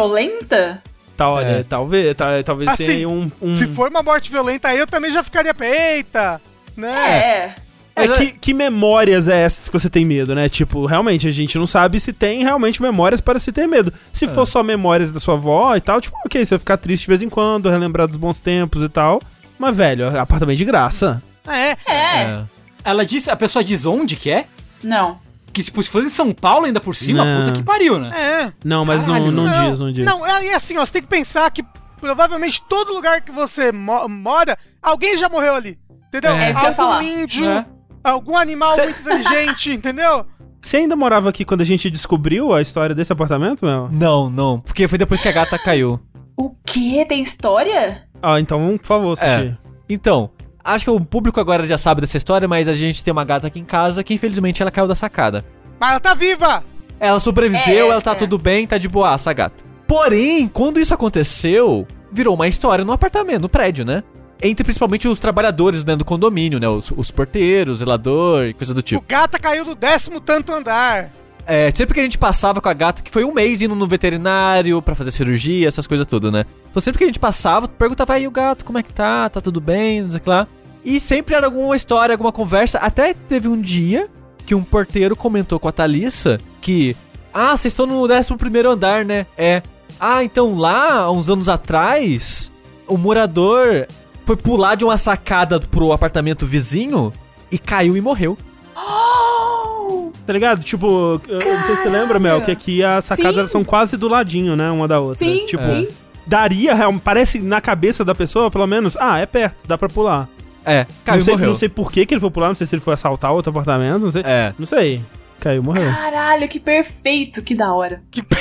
S1: violenta?
S2: Tá, olha,
S5: É.
S2: talvez, tá- talvez
S3: Assim,
S2: tenha aí um... um-
S3: Se for uma morte violenta, aí eu também já ficaria. Eita! Né?
S1: É.
S2: É, que, que memórias é essas que você tem medo, né? Tipo, realmente, a gente não sabe se tem realmente memórias para se ter medo. Se for só memórias da sua avó e tal, tipo, ok, você vai ficar triste de vez em quando, relembrar dos bons tempos e tal. Mas, velho, apartamento de graça.
S3: É.
S1: É.
S5: É.
S4: Ela disse, a pessoa diz onde que é?
S1: Não.
S4: Que tipo, se fosse em São Paulo ainda por cima,
S2: Não.
S4: puta que pariu, né?
S3: É.
S2: Não, mas
S4: Caralho,
S2: não, não, diz, não diz.
S3: Não, é, e assim, ó, você tem que pensar que provavelmente todo lugar que você mo- mora, alguém já morreu ali. Entendeu?
S1: É, isso que eu ia
S3: algum
S1: falar.
S3: índio,
S4: É.
S3: algum animal muito inteligente, entendeu?
S2: Você ainda morava aqui quando a gente descobriu a história desse apartamento, meu?
S5: Não, não. Porque foi depois que a gata caiu.
S1: O quê? Tem história?
S2: Ah, então, por favor, Sushi.
S5: Então, acho que o público agora já sabe dessa história, mas a gente tem uma gata aqui em casa que infelizmente ela caiu da sacada.
S3: Mas ela tá viva!
S5: Ela sobreviveu,
S1: É,
S5: ela tá
S1: é.
S5: tudo bem, tá de boaça a gata. Porém, quando isso aconteceu, virou uma história no apartamento, no prédio, né? Entre principalmente os trabalhadores né, do condomínio, né? Os, os porteiros, zelador e coisa do
S3: O
S5: tipo.
S3: gata caiu do décimo tanto andar.
S5: É, sempre que a gente passava com a gata, que foi um mês indo no veterinário pra fazer cirurgia, essas coisas tudo, né? Então sempre que a gente passava, perguntava aí o gato, como é que tá? Tá tudo bem? Não sei o que lá. E sempre era alguma história, alguma conversa. Até teve um dia que um porteiro comentou com a Thalissa que. Ah, vocês estão no 11 andar, né? É. Ah, então lá, há uns anos atrás, o morador foi pular de uma sacada pro apartamento vizinho e caiu e morreu.
S1: Oh!
S2: Tá ligado? Tipo, eu não sei se você lembra, Mel, que aqui as sacadas
S1: Sim.
S2: elas são quase do ladinho, né? Uma da outra.
S1: Sim,
S2: tipo,
S1: sim.
S2: daria, real- parece na cabeça da pessoa, pelo menos, ah, é perto, dá pra pular.
S5: É, caiu
S2: não,
S5: e
S2: sei,
S5: morreu.
S2: não sei por que que ele foi pular, não sei se ele foi assaltar outro apartamento, não sei.
S5: É.
S2: Não sei. Caiu, morreu.
S1: Caralho, que perfeito, que da hora.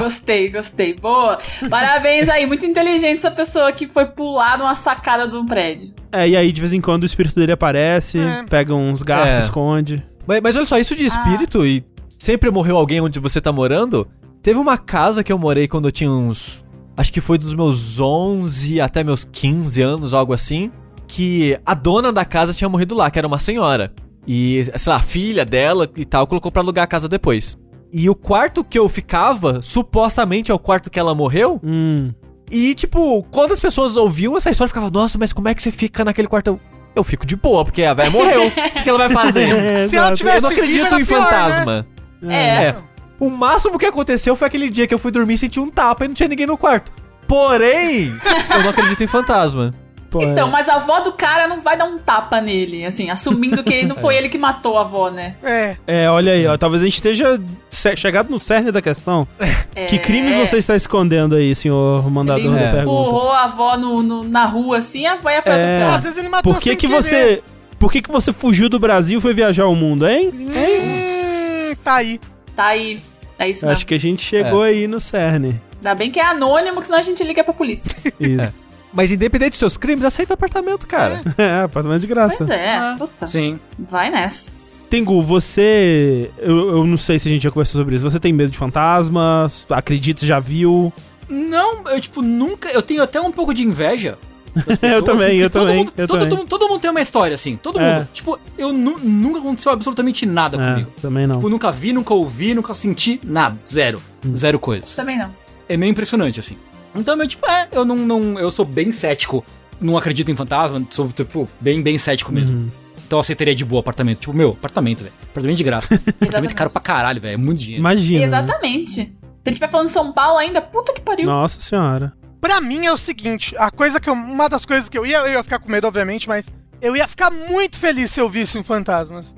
S1: gostei, gostei. Boa. Parabéns aí, muito inteligente essa pessoa que foi pular numa sacada de um prédio.
S2: É, e aí de vez em quando o espírito dele aparece,
S3: É.
S2: pega uns garfos,
S5: É.
S2: esconde.
S5: Mas, mas olha só, isso de espírito e sempre morreu alguém onde você tá morando. Teve uma casa que eu morei quando eu tinha uns. Acho que foi dos meus 11 até meus 15 anos, algo assim. Que a dona da casa tinha morrido lá, que era uma senhora. E, sei lá, a filha dela e tal, colocou pra alugar a casa depois. E o quarto que eu ficava, supostamente é o quarto que ela morreu.
S2: Hum.
S5: E, tipo, quando as pessoas ouviam essa história, ficavam, nossa, mas como é que você fica naquele quarto? Eu, eu fico de boa, porque a velha morreu. O que, que ela vai fazer?
S2: É,
S3: Se ela
S2: exato.
S3: tivesse
S5: eu não
S3: viva,
S5: acredito
S3: era
S5: em
S3: pior, né?
S5: fantasma.
S1: É.
S5: É. O máximo que aconteceu foi aquele dia que eu fui dormir e senti um tapa e não tinha ninguém no quarto. Porém, eu não acredito em fantasma.
S2: Pô, é.
S1: Então, mas a avó do cara não vai dar um tapa nele, assim, assumindo que não foi ele que matou a avó, né?
S3: É.
S2: É, olha aí, ó. Talvez a gente esteja ce- chegado no cerne da questão. Que
S1: É.
S2: crimes você está escondendo aí, senhor mandador
S1: Ele
S2: da
S5: É.
S2: pergunta?
S1: empurrou a avó no, no- na rua, assim, a véia foi
S2: É.
S1: atropelada.
S3: Às vezes ele matou
S2: Por que,
S3: sem
S2: que
S3: querer.
S2: você. Por que, que você fugiu do Brasil e foi viajar o mundo, hein?
S3: Hum, tá aí.
S1: Tá aí. É isso mesmo.
S2: Acho que a gente chegou aí no cerne.
S1: Ainda bem que é anônimo, que senão a gente liga pra polícia.
S2: Isso.
S5: Mas independente dos seus crimes, aceita o apartamento, cara.
S2: É, apartamento de graça.
S1: Pois é,
S5: Ah,
S1: puta.
S4: Sim.
S1: Vai nessa.
S2: Tengu, você. Eu, eu não sei se a gente já conversou sobre isso. Você tem medo de fantasmas? Acredita, você já viu?
S4: Não, eu tipo nunca, eu tenho até um pouco de inveja. das pessoas, assim,
S2: também,
S4: porque
S2: eu
S4: todo
S2: também,
S4: mundo-
S2: eu
S4: todo,
S2: também.
S4: Todo, todo mundo tem uma história assim, todo
S2: É.
S4: mundo. Tipo, eu nu- nunca aconteceu absolutamente nada
S2: É,
S4: comigo.
S2: também não.
S4: Tipo, nunca vi, nunca ouvi, nunca senti nada, zero,
S2: Hum.
S4: zero coisas.
S1: Também não.
S4: é meio impressionante, assim. Então, eu, tipo, é, eu não, não. Eu sou bem cético. Não acredito em fantasma, sou, tipo, bem, bem cético mesmo.
S2: Uhum.
S4: Então eu aceitaria de boa apartamento. Tipo, meu, apartamento, velho. Apartamento de graça. apartamento é caro pra caralho, velho. É muito dinheiro.
S2: Imagina. né?
S1: Exatamente. Se ele estiver falando de São Paulo ainda, puta que pariu.
S2: Nossa senhora.
S3: Pra mim é o seguinte, a coisa que eu, uma das coisas que eu ia, eu ia ficar com medo, obviamente, mas eu ia ficar muito feliz se eu visse um fantasma, assim.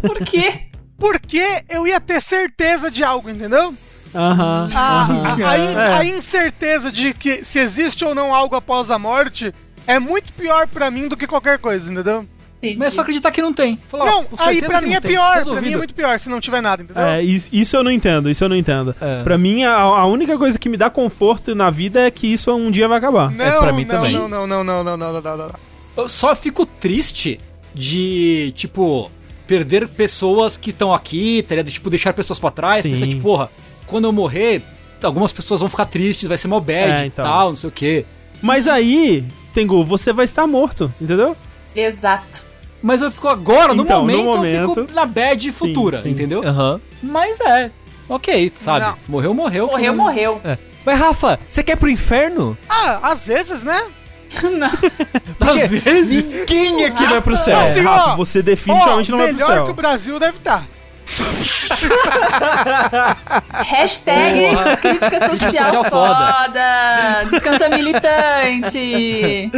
S1: Por quê?
S3: Porque eu ia ter certeza de algo, entendeu?
S2: Aham.
S1: Hum.
S3: A, a- a in-
S2: É.
S3: a incerteza de que se existe ou não algo após a morte é muito pior pra mim do que qualquer coisa, entendeu?
S4: Mas é só acreditar que não tem. Falar, ó,
S3: não,
S4: com
S3: aí
S4: certeza
S3: pra
S4: que
S3: mim
S4: não
S3: é
S4: tem.
S3: pior, pra
S4: Resolvido.
S3: mim é muito pior se não tiver nada, entendeu?
S2: É, is- isso eu não entendo, isso eu não entendo.
S5: É.
S2: Pra mim, a, a única coisa que me dá conforto na vida é que isso um dia vai acabar.
S3: não,
S5: pra mim
S3: não,
S5: também.
S3: não, não, não, não, não, não, não, não, não.
S4: Eu só fico triste de, tipo, perder pessoas que estão aqui, tá ligado? Tipo, deixar pessoas pra trás.
S2: Sim.
S4: Pensar, tipo, porra, quando eu morrer, algumas pessoas vão ficar tristes, vai ser mal bad
S2: É,
S4: e
S2: então.
S4: tal, não sei o quê.
S2: Mas aí, Tengu, você vai estar morto, entendeu?
S1: Exato.
S4: Mas eu fico agora, no,
S2: Então, no
S4: momento, eu
S2: momento-
S4: fico na bad futura,
S2: sim.
S4: entendeu?
S5: Aham.
S4: Mas é, ok, sabe?
S3: Não.
S4: Morreu, morreu.
S1: Morreu,
S4: que-
S1: morreu.
S5: É. Mas, Rafa, você quer ir pro inferno?
S3: Ah, às vezes, né?
S1: Não.
S5: Porque
S4: Às vezes.
S5: Ninguém aqui vai pro céu.
S3: Assim,
S2: Rafa,
S3: ó,
S2: você definitivamente
S3: Ó,
S2: não vai pro
S3: melhor
S2: céu.
S3: que o Brasil deve tá. estar.
S1: Hashtag É. crítica social,
S4: social foda.
S1: foda. Descansa militante.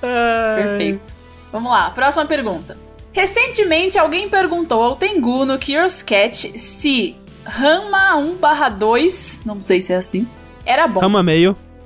S1: Perfeito. Vamos lá, próxima pergunta. Recentemente alguém perguntou ao Tengu no Curious Cat se Rama 1/2, não sei se é assim, era bom. Rama,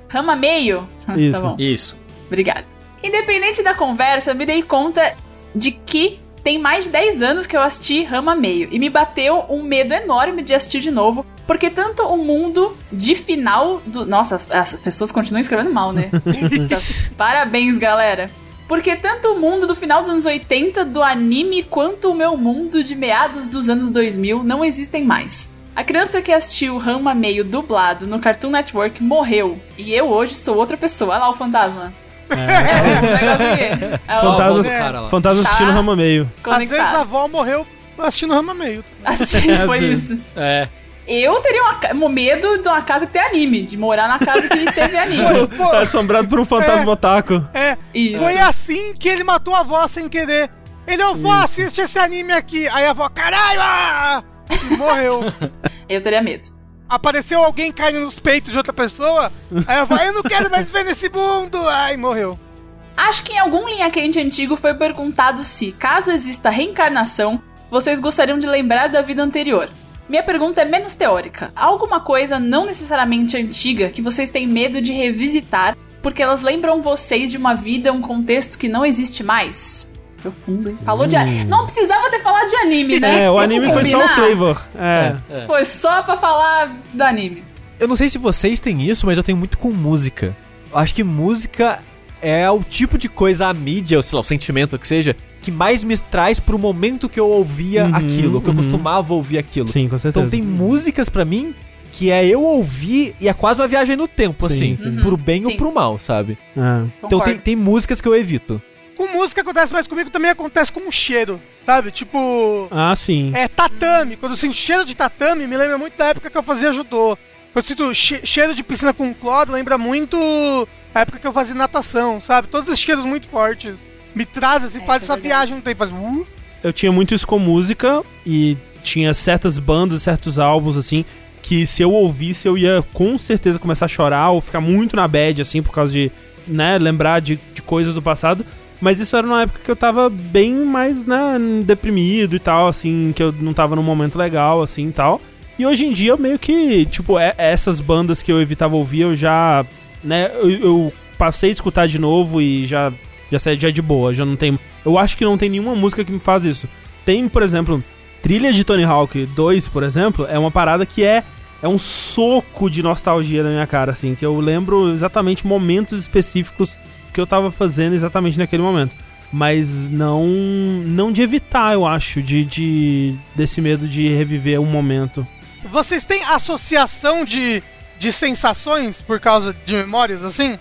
S2: Rama meio.
S1: meio?
S2: Isso.
S1: tá bom.
S4: Isso.
S1: Obrigada. Independente da conversa, eu me dei conta de que tem mais de 10 anos que eu assisti Rama Meio e me bateu um medo enorme de assistir de novo, porque tanto o mundo de final do. Nossa, as, as pessoas continuam escrevendo mal, né? Puta, Parabéns, galera. Porque tanto o mundo do final dos anos 80 do anime quanto o meu mundo de meados dos anos 2000 não existem mais. A criança que assistiu Rama Meio dublado no Cartoon Network morreu. E eu hoje sou outra pessoa. Olha lá o fantasma. É, um negócio aqui. É, ó,
S2: Fantasma-
S4: Fantasmas, cara, lá.
S2: Fantasma
S1: Tá.
S2: assistindo Rama meio.
S3: Às vezes a
S1: Conectado.
S3: avó morreu assistindo Rama Meio.
S1: Achei que foi
S2: Às vezes.
S1: isso.
S4: É.
S1: Eu teria uma ca- um medo de uma casa que tem anime, de morar na casa que teve anime.
S2: Tá
S3: Pô,
S2: assombrado por um fantasma otaku.
S3: é,
S1: Isso.
S3: foi assim que ele matou a avó sem querer. Ele, ô vó, assiste esse anime aqui. Aí a avó, caralho! ah!" E morreu.
S1: Eu teria medo.
S3: Apareceu alguém caindo nos peitos de outra pessoa. Aí a avó, eu não quero mais ver nesse mundo. Ai, morreu.
S1: Acho que em algum linha quente antigo foi perguntado se, caso exista reencarnação, vocês gostariam de lembrar da vida anterior. Minha pergunta é menos teórica. Há alguma coisa não necessariamente antiga que vocês têm medo de revisitar porque elas lembram vocês de uma vida, um contexto que não existe mais? Profundo, hein? Falou de anime. Não precisava ter falado de anime, né?
S2: Hum. É, o anime foi só o
S1: Combinar?
S2: flavor. É.
S4: é.
S1: Foi só pra falar do anime.
S5: Eu não sei se vocês têm isso, mas eu tenho muito com música. Eu acho que música é o tipo de coisa, a mídia, ou sei lá, o sentimento que seja, que mais me traz pro momento que eu ouvia
S2: Uhum,
S5: aquilo, que eu
S2: uhum.
S5: costumava ouvir aquilo.
S2: Sim, com certeza.
S5: Então tem músicas pra mim que é eu ouvir e é quase uma viagem no tempo,
S2: Sim,
S5: assim.
S1: sim.
S5: Pro bem ou
S1: Sim.
S5: pro mal, sabe?
S2: É.
S5: Então
S1: Concordo.
S5: tem, tem músicas que eu evito.
S3: Com música acontece, mas comigo também acontece com um cheiro, sabe? Tipo,
S2: Ah, sim.
S3: é tatame. Quando eu sinto cheiro de tatame, me lembra muito da época que eu fazia judô. Quando eu sinto che- cheiro de piscina com cloro, lembra muito a época que eu fazia natação, sabe? Todos esses cheiros muito fortes. Me traz, assim,
S1: É,
S3: faz
S1: isso é
S3: essa viagem, não tem? Faz. "Uh".
S2: eu tinha muito isso com música e tinha certas bandas, certos álbuns assim que se eu ouvisse eu ia com certeza começar a chorar ou ficar muito na bad assim por causa de, né, lembrar de, de coisas do passado. Mas isso era numa época que eu tava bem mais, né, deprimido e tal, assim, que eu não tava num momento legal, assim, e tal. E hoje em dia eu meio que, tipo, é- essas bandas que eu evitava ouvir, eu já, né, eu, eu passei a escutar de novo e já já sai já é de boa, já não tem. Eu acho que não tem nenhuma música que me faz isso. Tem, por exemplo, trilha de Tony Hawk 2, por exemplo, é uma parada que é é um soco de nostalgia na minha cara, assim, que eu lembro exatamente momentos específicos que eu tava fazendo exatamente naquele momento. Mas não não de evitar, eu acho, de, de desse medo de reviver um momento.
S3: Vocês têm associação de, de sensações por causa de memórias, assim?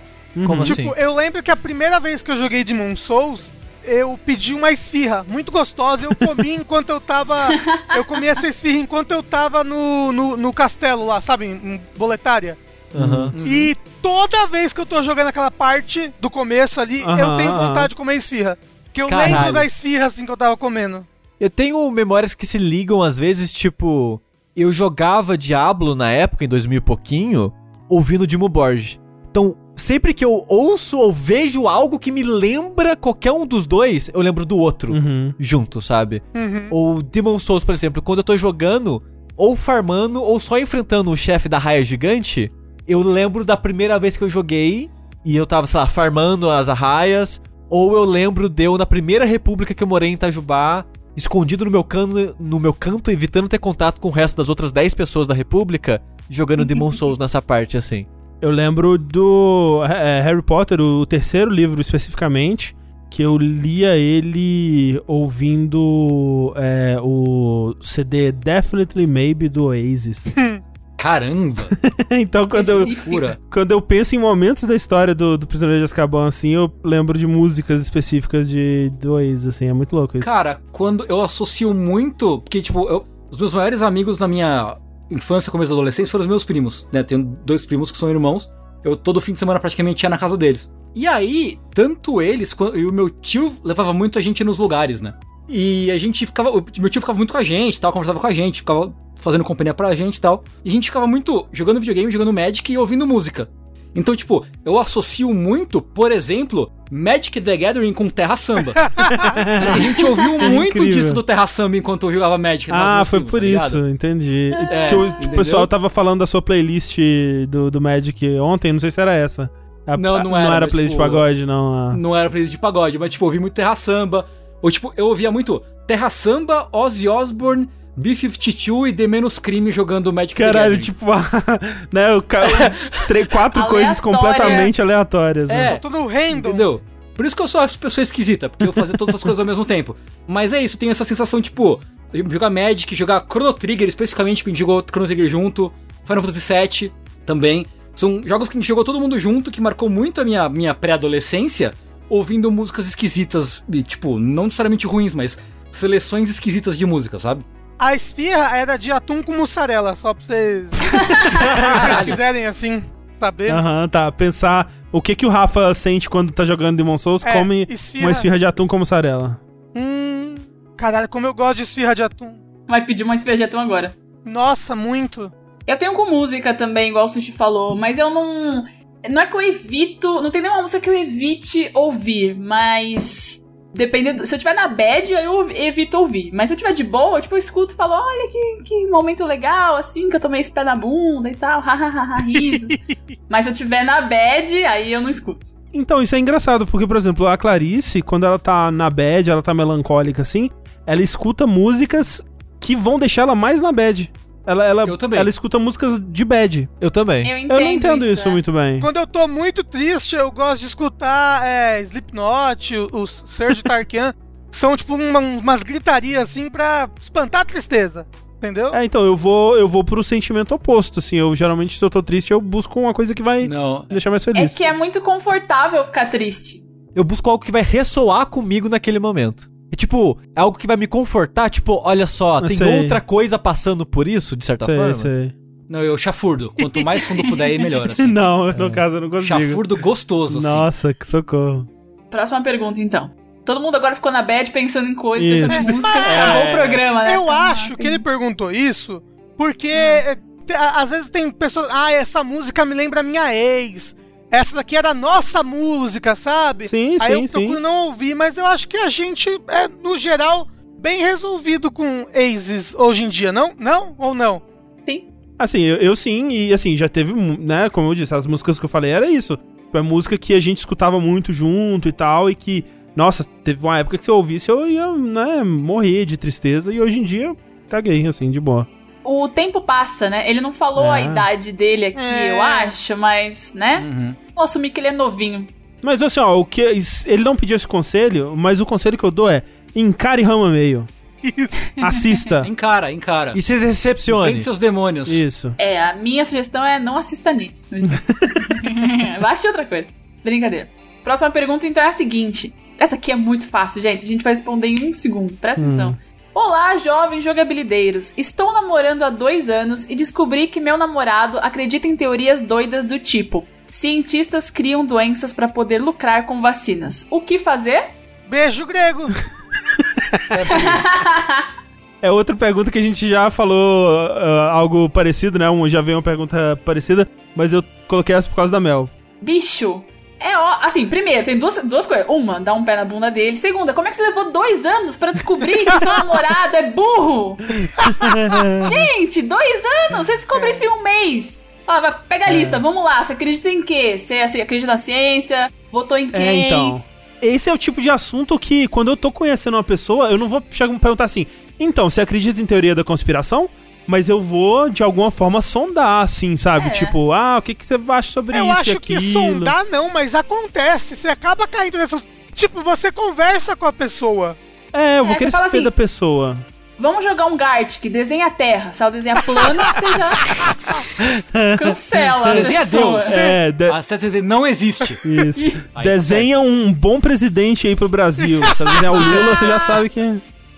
S5: Como assim?
S3: Tipo, eu lembro que a primeira vez que eu joguei Demon Souls, eu pedi uma esfirra muito gostosa. Eu comi enquanto eu tava. Eu comi essa esfirra enquanto eu tava no, no, no castelo lá, sabe? Em Boletária.
S5: Aham.
S3: E toda vez que eu tô jogando aquela parte do começo ali, eu
S2: Aham,
S3: tenho
S2: aham.
S3: vontade de comer esfirra. Que eu
S5: Caralho.
S3: lembro da esfirra assim que eu tava comendo.
S5: Eu tenho memórias que se ligam às vezes, tipo, eu jogava Diablo na época, em 2000 e pouquinho, ouvindo Dimo Borges. Então, sempre que eu ouço ou vejo algo que me lembra qualquer um dos dois, eu lembro do outro
S2: Uhum.
S5: junto, sabe? Ou Demon Souls, por exemplo, quando eu tô jogando, ou farmando, ou só enfrentando o chefe da raia gigante, eu lembro da primeira vez que eu joguei e eu tava, sei lá, farmando as arraias, ou eu lembro de eu na primeira república que eu morei em Itajubá, escondido no meu canto, no meu canto evitando ter contato com o resto das outras 10 pessoas da república, jogando Demon Souls nessa parte assim.
S2: Eu lembro do é, Harry Potter, o terceiro livro especificamente, que eu lia ele ouvindo é, o CD Definitely Maybe do Oasis.
S4: Caramba!
S2: então, quando eu,
S4: Loucura.
S2: quando eu penso em momentos da história do, do Prisioneiro de Azkaban, assim, eu lembro de músicas específicas de, do Oasis, assim, é muito louco isso.
S4: Cara, quando eu associo muito. Porque, tipo, eu- os meus maiores amigos na minha infância, começo da adolescência, foram os meus primos, né? Tenho dois primos que são irmãos. Eu todo fim de semana praticamente ia na casa deles. E aí, tanto eles quan- e o meu tio levava muito a gente nos lugares, né? E a gente ficava. o Meu tio ficava muito com a gente, tal, conversava com a gente, ficava fazendo companhia pra gente e tal. E a gente ficava muito jogando videogame, jogando Magic e ouvindo música. Então, tipo, eu associo muito, por exemplo, Magic the Gathering com Terra Samba. Porque a gente ouviu
S2: É
S4: muito
S2: Incrível.
S4: disso do Terra Samba enquanto eu jogava Magic. nas
S2: Ah,
S4: meus
S2: foi
S4: filmes,
S2: por
S4: tá ligado?
S2: isso, entendi.
S4: É,
S2: que o, o
S4: entendeu?
S2: pessoal tava falando da sua playlist do, do Magic ontem, não sei se era essa. A-
S4: Não,
S2: a-
S4: não era,
S2: Não era
S4: mas,
S2: playlist
S4: tipo,
S2: pagode, não. a-
S4: Não era playlist de pagode, mas tipo, eu ouvi muito Terra Samba. Ou tipo, eu ouvia muito Terra Samba, Ozzy Osbourne, B-52 e The Menos Crime jogando Magic the
S2: Caralho,
S4: Gathering.
S2: tipo, né, o cara, três, quatro coisas
S1: Aleatória.
S2: completamente aleatórias, né?
S4: É,
S3: Tô no random.
S4: Entendeu? Por isso que eu sou essa pessoa esquisita, porque eu fazia todas as coisas ao mesmo tempo. Mas é isso, tem essa sensação, tipo, jogar Magic, jogar Chrono Trigger, especificamente, porque a gente jogou Chrono Trigger junto, Final Fantasy VII também. São jogos que a gente jogou todo mundo junto, que marcou muito a minha, minha pré-adolescência, ouvindo músicas esquisitas, e, tipo, não necessariamente ruins, mas seleções esquisitas de música, sabe?
S3: A esfirra era de atum com mussarela, só pra vocês. se vocês quiserem, assim, saber.
S2: Aham, tá. Pensar o que que o Rafa sente quando tá jogando Demon Souls,
S3: É,
S2: come
S3: esfirra.
S2: uma esfirra de atum com mussarela.
S3: Hum. Caralho, como eu gosto de esfirra de atum.
S1: Vai pedir uma espejetum agora.
S3: Nossa, muito.
S1: Eu tenho com música também, igual o Sushi falou, mas eu não. Não é que eu evito. Não tem nenhuma música que eu evite ouvir, mas. Dependendo. Se eu tiver na bad, aí eu evito ouvir. Mas se eu tiver de boa, eu, tipo, eu escuto e falo: olha que, que momento legal, assim, que eu tomei esse pé na bunda e tal, hahaha, risos. mas se eu tiver na bad, aí eu não escuto.
S2: Então, isso é engraçado, porque, por exemplo, a Clarice, quando ela tá na bad, ela tá melancólica assim, ela escuta músicas que vão deixar ela mais na bad. Ela, ela,
S4: Eu também.
S2: ela escuta músicas de bad.
S5: Eu também.
S1: Eu entendo,
S2: Eu não entendo isso,
S1: é.
S2: muito bem.
S3: Quando eu tô muito triste, eu gosto de escutar é, Slipknot, o- o Serge Tarkian. São, tipo, uma- umas gritarias, assim, pra espantar a tristeza. Entendeu?
S2: É, então, eu vou, eu vou pro sentimento oposto, assim. Eu geralmente, se eu tô triste, eu busco uma coisa que vai
S4: Não.
S2: me deixar mais
S1: É
S2: feliz.
S1: que é muito confortável ficar triste.
S5: Eu busco algo que vai ressoar comigo naquele momento. É tipo, é algo que vai me confortar, tipo, olha só,
S2: Eu
S5: tem
S2: sei.
S5: outra coisa passando por isso, de certa
S2: Sei,
S5: forma.
S2: sei.
S4: Não, eu chafurdo. Quanto mais fundo puder, aí melhor, assim.
S2: Não, no caso eu não consigo.
S4: Chafurdo gostoso, assim.
S2: Nossa, que socorro.
S1: Próxima pergunta, então. Todo mundo agora ficou na bad pensando em coisas,
S2: Isso.
S1: pensando em música.
S3: É.
S1: Acabou o programa, né?
S3: Eu
S1: Então,
S3: acho
S1: ah,
S3: que
S1: tem-
S3: ele perguntou isso porque é, te- a- às vezes tem pessoas. Ah, essa música me lembra a minha ex. Essa daqui era a nossa música, sabe?
S2: Sim,
S3: Aí
S2: sim,
S3: eu procuro
S2: sim.
S3: não ouvir, mas eu acho que a gente é, no geral, bem resolvido com exes hoje em dia, não? Não ou não?
S1: Sim.
S2: Assim, eu, eu sim, e assim, já teve, mu- né, como eu disse, as músicas que eu falei era isso. Tipo, É música que a gente escutava muito junto e tal, e que, nossa, teve uma época que se eu ouvisse eu ia, né, morrer de tristeza, e hoje em dia, caguei, assim, de boa.
S1: O tempo passa, né? Ele não falou
S2: Ah.
S1: a idade dele aqui,
S3: É.
S1: eu acho, mas, né?
S4: Uhum.
S1: Vou assumir que ele é novinho.
S2: Mas assim, ó, o que, ele não pediu esse conselho, mas o conselho que eu dou é, encare Rama Meio. Assista.
S4: Encara, encara.
S5: E se decepcione.
S4: Enfrente seus demônios.
S2: Isso.
S1: É, a minha sugestão é não assista nele. Baixe outra coisa. Brincadeira. Próxima pergunta, então, é a seguinte. Essa aqui é muito fácil, gente. A gente vai responder em um segundo, presta atenção. Olá, jovens jogabilideiros. Estou namorando há dois anos e descobri que meu namorado acredita em teorias doidas do tipo: cientistas criam doenças para poder lucrar com vacinas. O que fazer?
S3: Beijo grego.
S2: É outra pergunta que a gente já falou ah, algo parecido, né? Um, já veio uma pergunta parecida, mas eu coloquei essa por causa da Mel.
S1: Bicho, É ó, assim, primeiro, tem duas, duas coisas. Uma, dá um pé na bunda dele. Segunda, como é que você levou dois anos pra descobrir que seu namorado é burro? Gente, dois anos? Você descobriu isso em um mês. Ó, vai, pega a lista, vamos lá. Você acredita em quê? Você assim, acredita na ciência? Votou em quem?
S2: É, então. Esse é o tipo de assunto que, quando eu tô conhecendo uma pessoa, eu não vou chegar e perguntar assim: então, você acredita em teoria da conspiração? Mas eu vou, de alguma forma, sondar, assim, sabe?
S1: É.
S2: Tipo, ah, o que, que você acha sobre
S3: Eu
S2: isso e
S3: acho que
S2: aquilo?
S3: sondar não, mas acontece. Você acaba caindo nessa. Tipo, você conversa com a pessoa.
S2: É, eu vou
S1: É,
S2: querer
S1: você fala
S2: saber
S1: assim,
S2: da pessoa.
S1: Vamos jogar um Gart que desenha a Terra. Se ela desenha plana, você já cancela. a
S4: Desenha
S1: pessoa.
S4: Deus.
S2: É, de-
S4: A CCD não existe.
S2: isso.
S4: Ah, Aí
S2: Desenha um bom presidente aí pro Brasil. Se desenhar o Lula, você já sabe que é.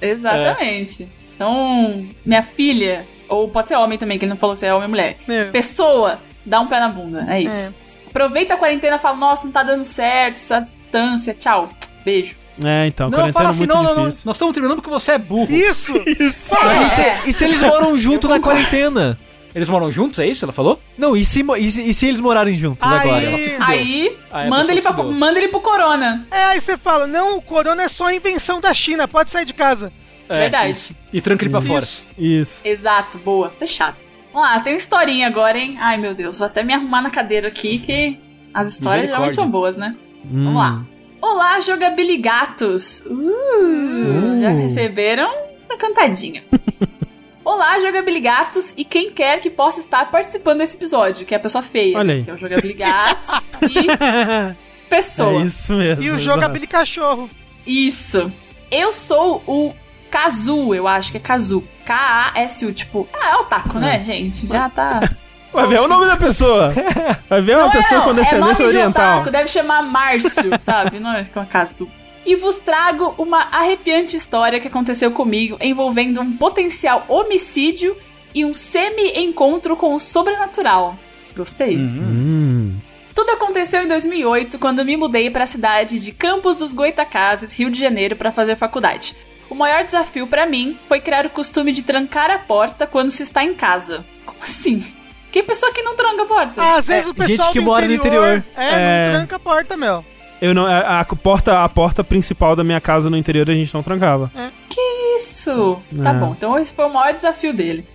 S1: Exatamente. Então, minha filha, ou pode ser homem também, que ele não falou se é homem ou mulher.
S3: É.
S1: Pessoa, dá um pé na bunda. É isso. Aproveita a quarentena e fala: nossa, não tá dando certo, essa distância. Tchau. Beijo.
S2: É, então,
S4: Não,
S2: quarentena
S4: fala
S2: é
S4: assim,
S2: muito
S4: não, não, não.
S2: difícil.
S4: Nós estamos terminando porque você é burro.
S3: Isso!
S5: E
S4: é.
S5: se, e se eles moram junto na quarentena?
S4: Eles moram juntos, é isso? Ela falou?
S5: Não, e se, mo- e se, e se eles morarem juntos
S3: Aí-
S5: agora?
S4: Ela se fudeu.
S1: Aí,
S4: Aí a
S1: manda,
S4: pessoa
S1: ele pra,
S4: se fudeu.
S1: manda ele pro Corona.
S3: É, aí você fala: não, o corona é só invenção da China, pode sair de casa.
S4: É,
S1: Verdade.
S4: isso. E tranca ele pra fora.
S3: Isso.
S2: Isso.
S1: Exato, boa. Fechado. Vamos lá, tem uma historinha agora, hein? Ai, meu Deus, vou até me arrumar na cadeira aqui, que as histórias geralmente
S4: Misericórdia.
S1: são boas, né?
S2: Hum.
S1: Vamos lá. Olá, jogabiligatos! Uh, Já
S2: Uh.
S1: receberam uma cantadinha. Olá, jogabiligatos e quem quer que possa estar participando desse episódio, que é a pessoa feia,
S2: Olha aí.
S1: que é o jogabiligatos e pessoa.
S2: É isso mesmo.
S3: E o
S2: exato.
S3: jogo é cachorro.
S1: Isso. Eu sou o Kazu, eu acho que é Kazu. K-A-S-U, tipo, ah, é o taco, né, gente? Já tá.
S2: Vai ver é o nome da pessoa. Vai ver uma
S1: Não,
S2: pessoa
S1: não,
S2: com
S1: é
S2: descendência
S1: nome de
S2: oriental.
S1: otaku, deve chamar Márcio, sabe? Não é com a Kazu. E vos trago uma arrepiante história que aconteceu comigo envolvendo um potencial homicídio e um semi-encontro com o sobrenatural. Gostei.
S2: Hum.
S1: Tudo aconteceu em 2008, quando me mudei para a cidade de Campos dos Goitacazes, Rio de Janeiro, para fazer faculdade. O maior desafio para mim foi criar o costume de trancar a porta quando se está em casa. Como assim? Que pessoa que não tranca a porta?
S3: Ah, Às vezes o
S5: gente
S3: pessoal
S5: que
S3: do
S5: mora no
S3: interior,
S5: interior.
S3: É,
S2: É.
S3: não tranca a porta, meu.
S2: Eu não, é, a, a porta, a porta principal da minha casa no interior a gente não trancava.
S1: Isso! Tá
S2: É.
S1: bom, então esse foi o maior desafio dele.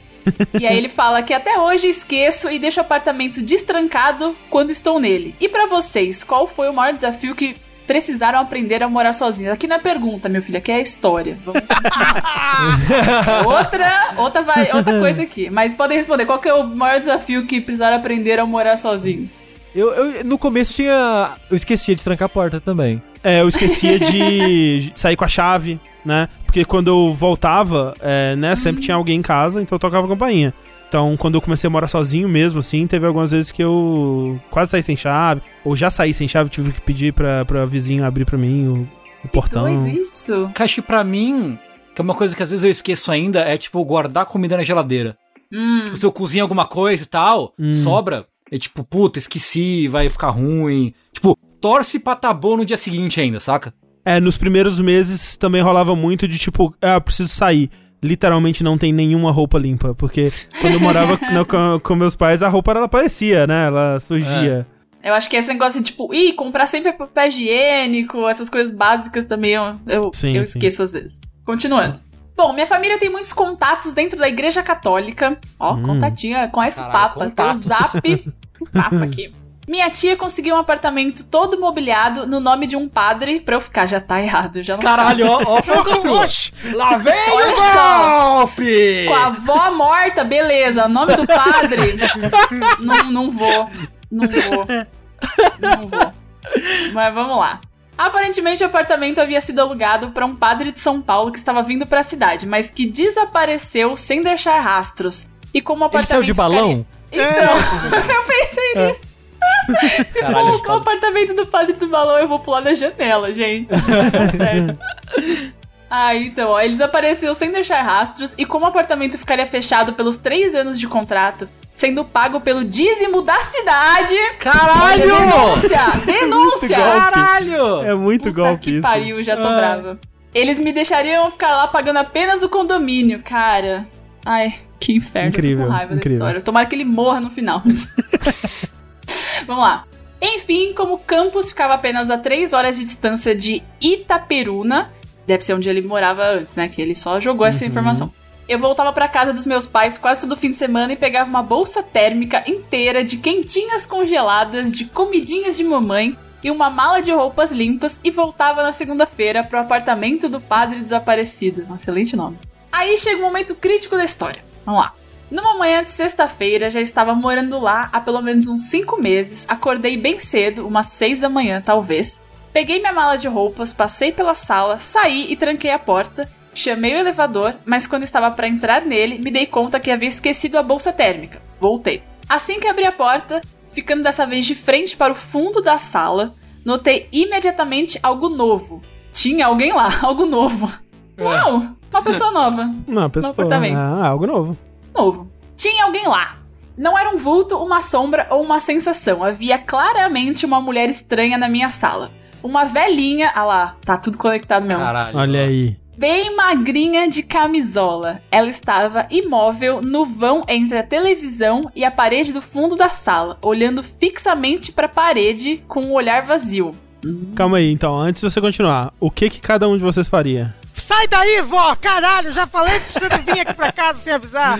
S1: e aí ele fala que até hoje esqueço e deixo o apartamento destrancado quando estou nele. E pra vocês, qual foi o maior desafio que precisaram aprender a morar sozinhos? Aqui não é pergunta, meu filho, aqui é a história. Vamos continuar. outra, outra, vai- outra coisa aqui. Mas podem responder, qual que é o maior desafio que precisaram aprender a morar sozinhos?
S5: Eu, eu- no começo tinha. Eu esquecia de trancar a porta também.
S2: É, eu esquecia de sair com a chave, né? Porque quando eu voltava, é, né,
S1: Uhum.
S2: sempre tinha alguém em casa, então eu tocava campainha. Então, quando eu comecei a morar sozinho mesmo, assim, teve algumas vezes que eu quase saí sem chave, ou já saí sem chave, tive que pedir pra, pra vizinho abrir pra mim o, o portão.
S1: Doido isso?
S4: Caxi, pra mim, que é uma coisa que às vezes eu esqueço ainda, é tipo guardar comida na geladeira.
S1: Hum.
S4: Tipo, se eu cozinho alguma coisa e tal,
S2: Hum.
S4: sobra. É tipo, puta, esqueci, vai ficar ruim. Tipo, torce pra tá bom no dia seguinte ainda, saca?
S2: É, nos primeiros meses também rolava muito de tipo, ah, preciso sair. Literalmente não tem nenhuma roupa limpa, porque quando eu morava no- com, com meus pais, a roupa ela aparecia, né? Ela surgia.
S1: Eu acho que esse negócio de, tipo, ih, comprar sempre papel higiênico, essas coisas básicas também eu, eu,
S2: Sim,
S1: eu
S2: sim.
S1: esqueço às vezes. Continuando. Bom, minha família tem muitos contatos dentro da igreja católica. Ó,
S2: Hum.
S1: contatinha, conhece o
S4: Caralho,
S1: Papa, tem o
S4: contatos.
S1: Zap. Papa aqui. Minha tia conseguiu um apartamento todo mobiliado no nome de um padre pra eu ficar, já tá errado, já não
S4: Caralho, ó, ó, falcatrua.
S3: Oxi,
S4: Lá vem
S1: Olha
S4: o golpe!
S1: Com a avó morta, beleza. Nome do padre. não, não vou. Não vou. Não vou. Mas vamos lá. Aparentemente, o apartamento havia sido alugado para um padre de São Paulo que estava vindo para a cidade, mas que desapareceu sem deixar rastros. E como o
S5: Ele
S1: apartamento
S5: saiu de balão?
S1: ficaria- Então, eu pensei nisso. Se
S4: Caralho,
S1: for o
S4: foda.
S1: apartamento do padre do balão, eu vou pular da janela, gente. Tá certo. Ah, então, ó, eles apareceram sem deixar rastros e como o apartamento ficaria fechado pelos três anos de contrato, sendo pago pelo dízimo da cidade. Olha,
S4: Caralho!
S1: denúncia! Denúncia!
S2: golpe.
S4: Caralho!
S2: É muito
S1: Puta
S2: golpe
S1: que
S2: isso.
S1: pariu, já tô
S4: Ah.
S1: brava. Eles me deixariam ficar lá pagando apenas o condomínio, cara. Ai, que inferno.
S2: Incrível,
S1: Tô com raiva
S2: incrível.
S1: da história. Tomara que ele morra no final. Vamos lá. Enfim, como Campos ficava apenas a 3 horas de distância de Itaperuna, deve ser onde ele morava antes, né? Que ele só jogou essa
S2: Uhum.
S1: informação. Eu voltava pra casa dos meus pais quase todo fim de semana e pegava uma bolsa térmica inteira de quentinhas congeladas, de comidinhas de mamãe e uma mala de roupas limpas e voltava na segunda-feira pro apartamento do padre desaparecido. Um excelente nome. Aí chega o momento crítico da história. Vamos lá. Numa manhã de sexta-feira, já estava morando lá há pelo menos uns 5 meses. Acordei bem cedo, umas 6 da manhã talvez. Peguei minha mala de roupas, passei pela sala, saí e tranquei a porta. Chamei o elevador, mas quando estava para entrar nele, me dei conta que havia esquecido a bolsa térmica. Voltei. Assim que abri a porta, ficando dessa vez de frente para o fundo da sala, notei imediatamente algo novo. Tinha alguém lá, algo novo. Uau! Uma pessoa nova.
S2: Não, pessoal.
S1: apartamento.
S2: Ah, algo novo.
S1: novo. Tinha alguém lá. Não era um vulto, uma sombra ou uma sensação. Havia claramente uma mulher estranha na minha sala. Uma velhinha, ah lá, tá tudo conectado mesmo.
S4: Caralho.
S2: Olha aí.
S1: Bem magrinha de camisola. Ela estava imóvel no vão entre a televisão e a parede do fundo da sala, olhando fixamente para a parede com um olhar vazio.
S2: Calma aí, então, antes de você continuar, o que que cada um de vocês faria?
S3: Sai daí, vó! Caralho, já falei pra você não vir aqui pra casa sem avisar.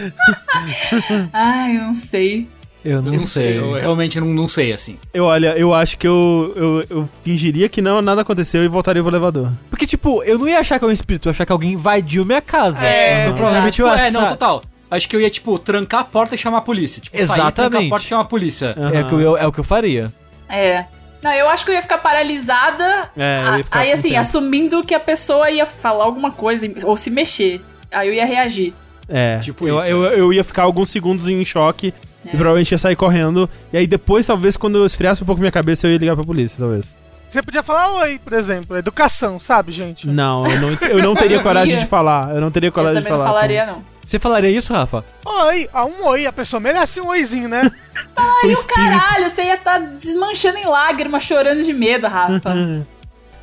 S1: Ai, eu não sei.
S5: Eu não,
S4: Eu não sei, eu é. realmente não, não sei, assim.
S2: Eu, olha, eu acho que eu, eu, eu fingiria que não, nada aconteceu e voltaria pro elevador.
S5: Porque, tipo, eu não ia achar que é um espírito, eu ia achar que alguém invadiu minha casa.
S3: É,
S5: Então, provavelmente eu ia
S4: Tipo, é, não,
S5: achar-
S4: total. Acho que eu ia, tipo, trancar a porta e chamar a polícia. Tipo, Sair, trancar a
S5: Exatamente.
S4: porta e chamar a polícia.
S5: É, o que eu, é o que eu faria.
S1: É. Não, eu acho que eu ia ficar paralisada.
S2: É, eu ia
S1: a-
S2: ficar
S1: aí,
S2: com
S1: assim,
S2: tempo.
S1: assumindo que a pessoa ia falar alguma coisa ou se mexer. Aí eu ia reagir.
S2: É,
S4: Tipo
S2: eu,
S4: isso,
S2: eu,
S1: né?
S2: eu ia ficar alguns segundos em choque
S1: É.
S2: e provavelmente ia sair correndo. E aí depois, talvez, quando eu esfriasse um pouco minha cabeça, eu ia ligar pra polícia, talvez.
S3: Você podia falar oi, por exemplo. Educação, sabe, gente?
S2: Não, eu não, eu não teria coragem de falar. Eu não teria
S1: eu
S2: coragem
S1: também
S2: de falar.
S1: não falaria, não.
S5: Você falaria isso, Rafa?
S3: Oi, ah, um oi. A pessoa merece um oizinho, né?
S1: Aí o caralho, você ia estar desmanchando em lágrimas, chorando de medo, Rafa.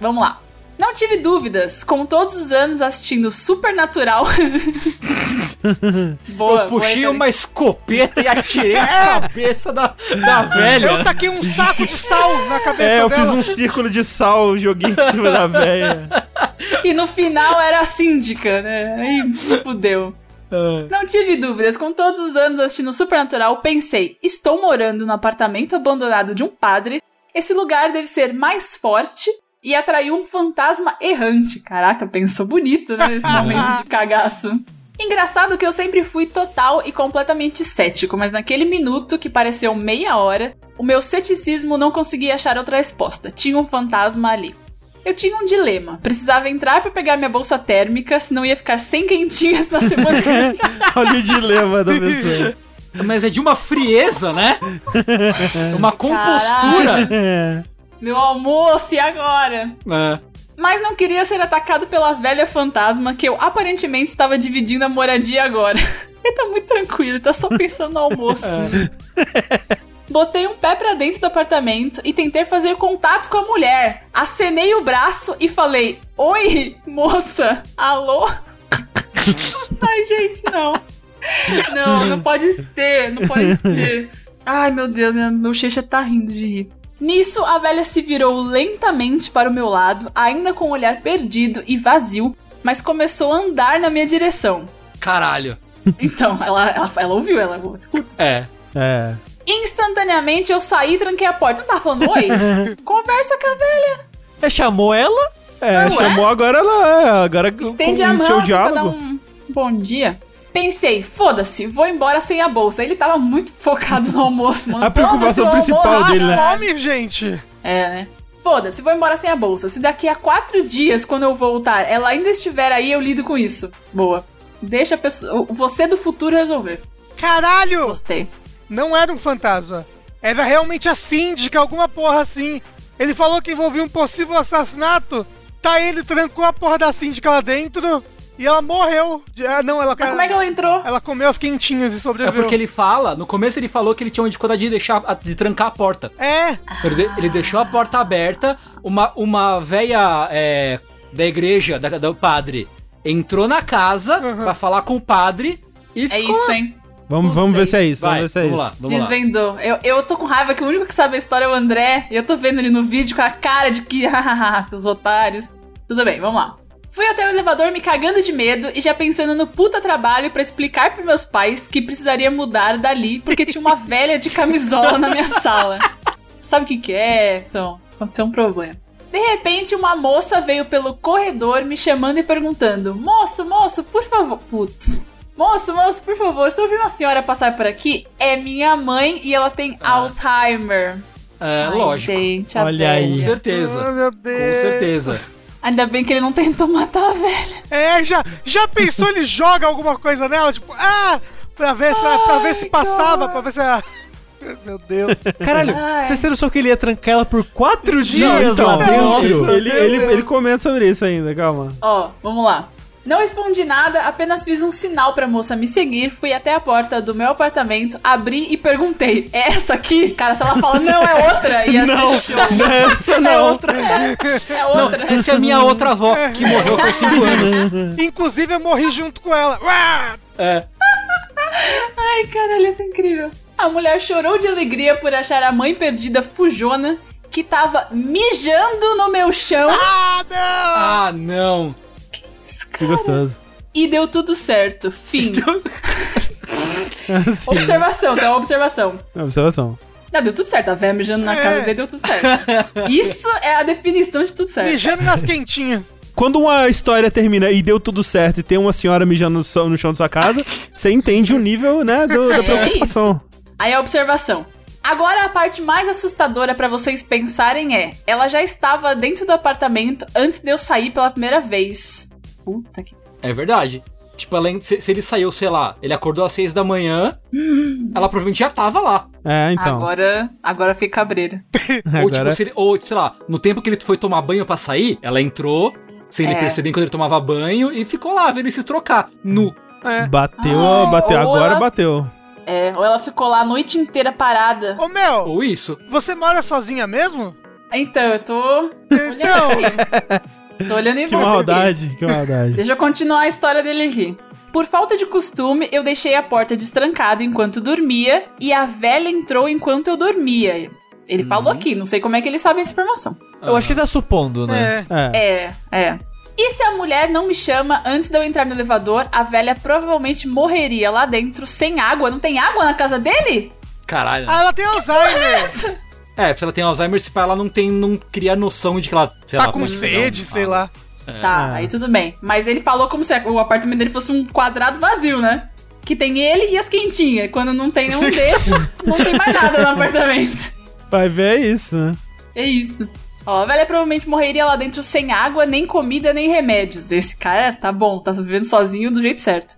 S1: Vamos lá. Não tive dúvidas, com todos os anos assistindo Supernatural. boa,
S4: eu puxei
S1: boa, então,
S4: uma escopeta e atirei a cabeça da, da
S3: Eu
S4: velha.
S3: taquei um saco de sal na cabeça
S2: É, eu fiz
S3: dela.
S2: um círculo de sal, joguei em cima da véia.
S1: E no final era a síndica, né? Aí fudeu. Não tive dúvidas, com todos os anos assistindo Supernatural, pensei: estou morando no apartamento abandonado de um padre, esse lugar deve ser mais forte e atraiu um fantasma errante. Caraca, pensou bonito, né? Nesse momento de cagaço. Engraçado que eu sempre fui total e completamente cético, mas naquele minuto que pareceu meia hora, o meu ceticismo não conseguia achar outra resposta. Tinha um fantasma ali. Eu tinha um dilema. Precisava entrar pra pegar minha bolsa térmica, senão ia ficar sem quentinhas na semana.
S2: Olha o dilema da pessoa.
S4: Mas é de uma frieza, né? Uma compostura.
S2: É.
S1: Meu almoço, e agora?
S4: É.
S1: Mas não queria ser atacado pela velha fantasma que eu aparentemente estava dividindo a moradia agora. ele tá muito tranquilo, ele tá só pensando no almoço. Botei um pé pra dentro do apartamento e tentei fazer contato com a mulher. Acenei o braço e falei: Oi, moça, alô? Ai, gente, não. Não, não pode ser, não pode ser. Ai, meu Deus, minha bochecha tá rindo de rir. Nisso, a velha se virou lentamente para o meu lado, ainda com o olhar perdido e vazio, mas começou a andar na minha direção.
S4: Caralho.
S1: Então, ela, ela, ela ouviu, ela escuta.
S4: É.
S2: É.
S1: Instantaneamente eu saí e tranquei a porta. Não tá falando oi? Conversa com a velha.
S5: É, chamou ela?
S2: É, chamou agora ela. é, Agora
S1: Estende
S2: com
S1: a
S2: o
S1: mão
S2: seu
S1: assim, pra dar
S2: diálogo.
S1: um bom dia. Pensei, foda-se, vou embora sem a bolsa. Ele tava muito focado no almoço, mano.
S2: A preocupação
S1: Foda-se, eu vou
S2: principal
S1: almoçar.
S2: dele, né?
S3: Ah, Fome, gente.
S1: É, né? Foda-se, vou embora sem a bolsa. Se daqui a quatro dias, quando eu voltar, ela ainda estiver aí, eu lido com isso. Boa. Deixa a pessoa. Você do futuro resolver.
S3: Caralho!
S1: Gostei.
S3: Não era um fantasma. Era realmente a síndica, alguma porra assim. Ele falou que envolvia um possível assassinato. Tá, ele trancou a porra da síndica lá dentro e ela morreu. De- Ah, não, ela,
S1: Mas como é que ela entrou?
S3: ela comeu as quentinhas e
S4: É
S3: sobreviveu.
S4: porque ele fala, no começo ele falou que ele tinha uma dificuldade de deixar de trancar a porta.
S3: É,
S4: Ele, de- ele deixou a porta aberta, uma, uma velha é, da igreja, da, do padre, entrou na casa pra falar com o padre e
S1: Uhum. É
S4: ficou
S1: isso,
S4: lá.
S1: hein?
S2: Vamos, vamos ver se é isso.
S4: Vai,
S2: vamos ver se é
S4: vamos
S2: isso.
S4: lá, vamos lá.
S1: Desvendou. Eu, eu tô com raiva que o único que sabe a história é o André. E eu tô vendo ele no vídeo com a cara de que, hahaha, seus otários. Tudo bem, vamos lá. Fui até o elevador me cagando de medo e já pensando no puta trabalho pra explicar pros meus pais que precisaria mudar dali porque tinha uma velha de camisola na minha sala. Sabe o que que é, Tom? Aconteceu um problema. De repente, uma moça veio pelo corredor me chamando e perguntando: Moço, moço, por favor. Putz. Moço, moço, por favor, se eu ouvir uma senhora passar por aqui, é minha mãe e ela tem Alzheimer.
S4: Ah. É,
S1: Ai,
S4: lógico.
S1: Gente, a
S2: Olha
S1: velha.
S2: aí.
S4: Com certeza.
S3: Ah, meu
S4: Com
S3: Deus.
S4: certeza.
S1: Ainda bem que ele não tentou matar a velha.
S3: É, já, já pensou ele joga alguma coisa nela? Tipo, ah! Pra ver se, pra ver se
S1: Ai,
S3: passava,
S1: cara.
S3: pra ver se. ela- Meu Deus.
S5: Caralho,
S1: Ai.
S5: vocês têm noção que ele ia trancar ela por quatro
S2: Não,
S5: dias
S2: então,
S5: lá dentro?
S3: Nossa,
S2: ele,
S3: meu
S2: ele,
S3: Deus.
S2: ele comenta sobre isso ainda, calma.
S1: Ó, vamos lá. Não respondi nada, apenas fiz um sinal pra moça me seguir, fui até a porta do meu apartamento, abri e perguntei: É essa aqui? Cara, se ela fala, não, é outra, ia ser show.
S2: Não é essa não.
S1: É outra.
S4: Essa é a minha outra avó, que morreu faz cinco anos.
S3: Inclusive, eu morri junto com ela. Uá!
S4: É.
S1: Ai, caralho, isso é incrível. A mulher chorou de alegria por achar a mãe perdida fujona que tava mijando no meu chão.
S3: Ah, não!
S4: Ah, não.
S2: Que gostoso.
S1: E deu tudo certo. Fim. observação, tá? Observação.
S2: É Observação.
S1: Não, deu tudo certo. A véia mijando na
S3: É.
S1: casa dele deu tudo certo. Isso é a definição de tudo certo.
S3: Mijando nas quentinhas.
S2: Quando uma história termina e deu tudo certo e tem uma senhora mijando no so- no chão da sua casa, você entende o nível, né, do- da
S1: É
S2: preocupação.
S1: Aí a observação. Agora a parte mais assustadora pra vocês pensarem é: ela já estava dentro do apartamento antes de eu sair pela primeira vez. Puta que.
S4: É verdade. Tipo, ela, se, se ele saiu, sei lá, ele acordou às seis da manhã,
S1: Uhum.
S4: ela provavelmente já tava lá.
S2: É, então.
S1: Agora, agora eu fiquei cabreira.
S4: Ou, tipo,
S2: Agora-
S4: se ele- ou, sei lá, no tempo que ele foi tomar banho pra sair, ela entrou, sem ele
S1: É.
S4: perceber quando ele tomava banho, e ficou lá vendo ele se trocar,
S2: Hum.
S4: nu.
S2: Bateu,
S1: Ah,
S2: ó, bateu.
S1: ou
S2: Agora
S1: ela-
S2: bateu.
S1: É, ou ela ficou lá a noite inteira parada.
S3: Ô, Mel,
S4: Ou isso.
S3: você mora sozinha mesmo?
S1: Então, eu tô.
S3: Então,
S1: Tô olhando em
S2: Que
S1: volta. aqui.
S2: maldade, que maldade.
S1: Deixa eu continuar a história dele aqui. Por falta de costume, eu deixei a porta destrancada enquanto dormia e a velha entrou enquanto eu dormia. Ele
S2: Uhum.
S1: falou aqui, não sei como é que ele sabe essa informação.
S5: Eu acho que ele tá supondo, né?
S3: é.
S2: É.
S1: É, é. E se a mulher não me chama antes de eu entrar no elevador, a velha provavelmente morreria lá dentro sem água. Não tem água na casa dele?
S4: Caralho.
S3: Ah, ela tem Alzheimer.
S4: É, se ela tem Alzheimer, se pá, ela não tem, não cria noção de que ela, sei lá,
S3: Tá com
S4: pode-
S3: sede,
S4: não,
S3: sei
S4: ah,
S3: lá.
S1: Tá,
S2: Ah.
S1: aí tudo bem. Mas ele falou como se o apartamento dele fosse um quadrado vazio, né? Que tem ele e as quentinhas. Quando não tem nenhum desses, não tem mais nada no apartamento.
S2: Vai ver é isso, né?
S1: É isso. Ó, a velha provavelmente morreria lá dentro sem água, nem comida, nem remédios. Esse cara tá bom, tá vivendo sozinho do jeito certo.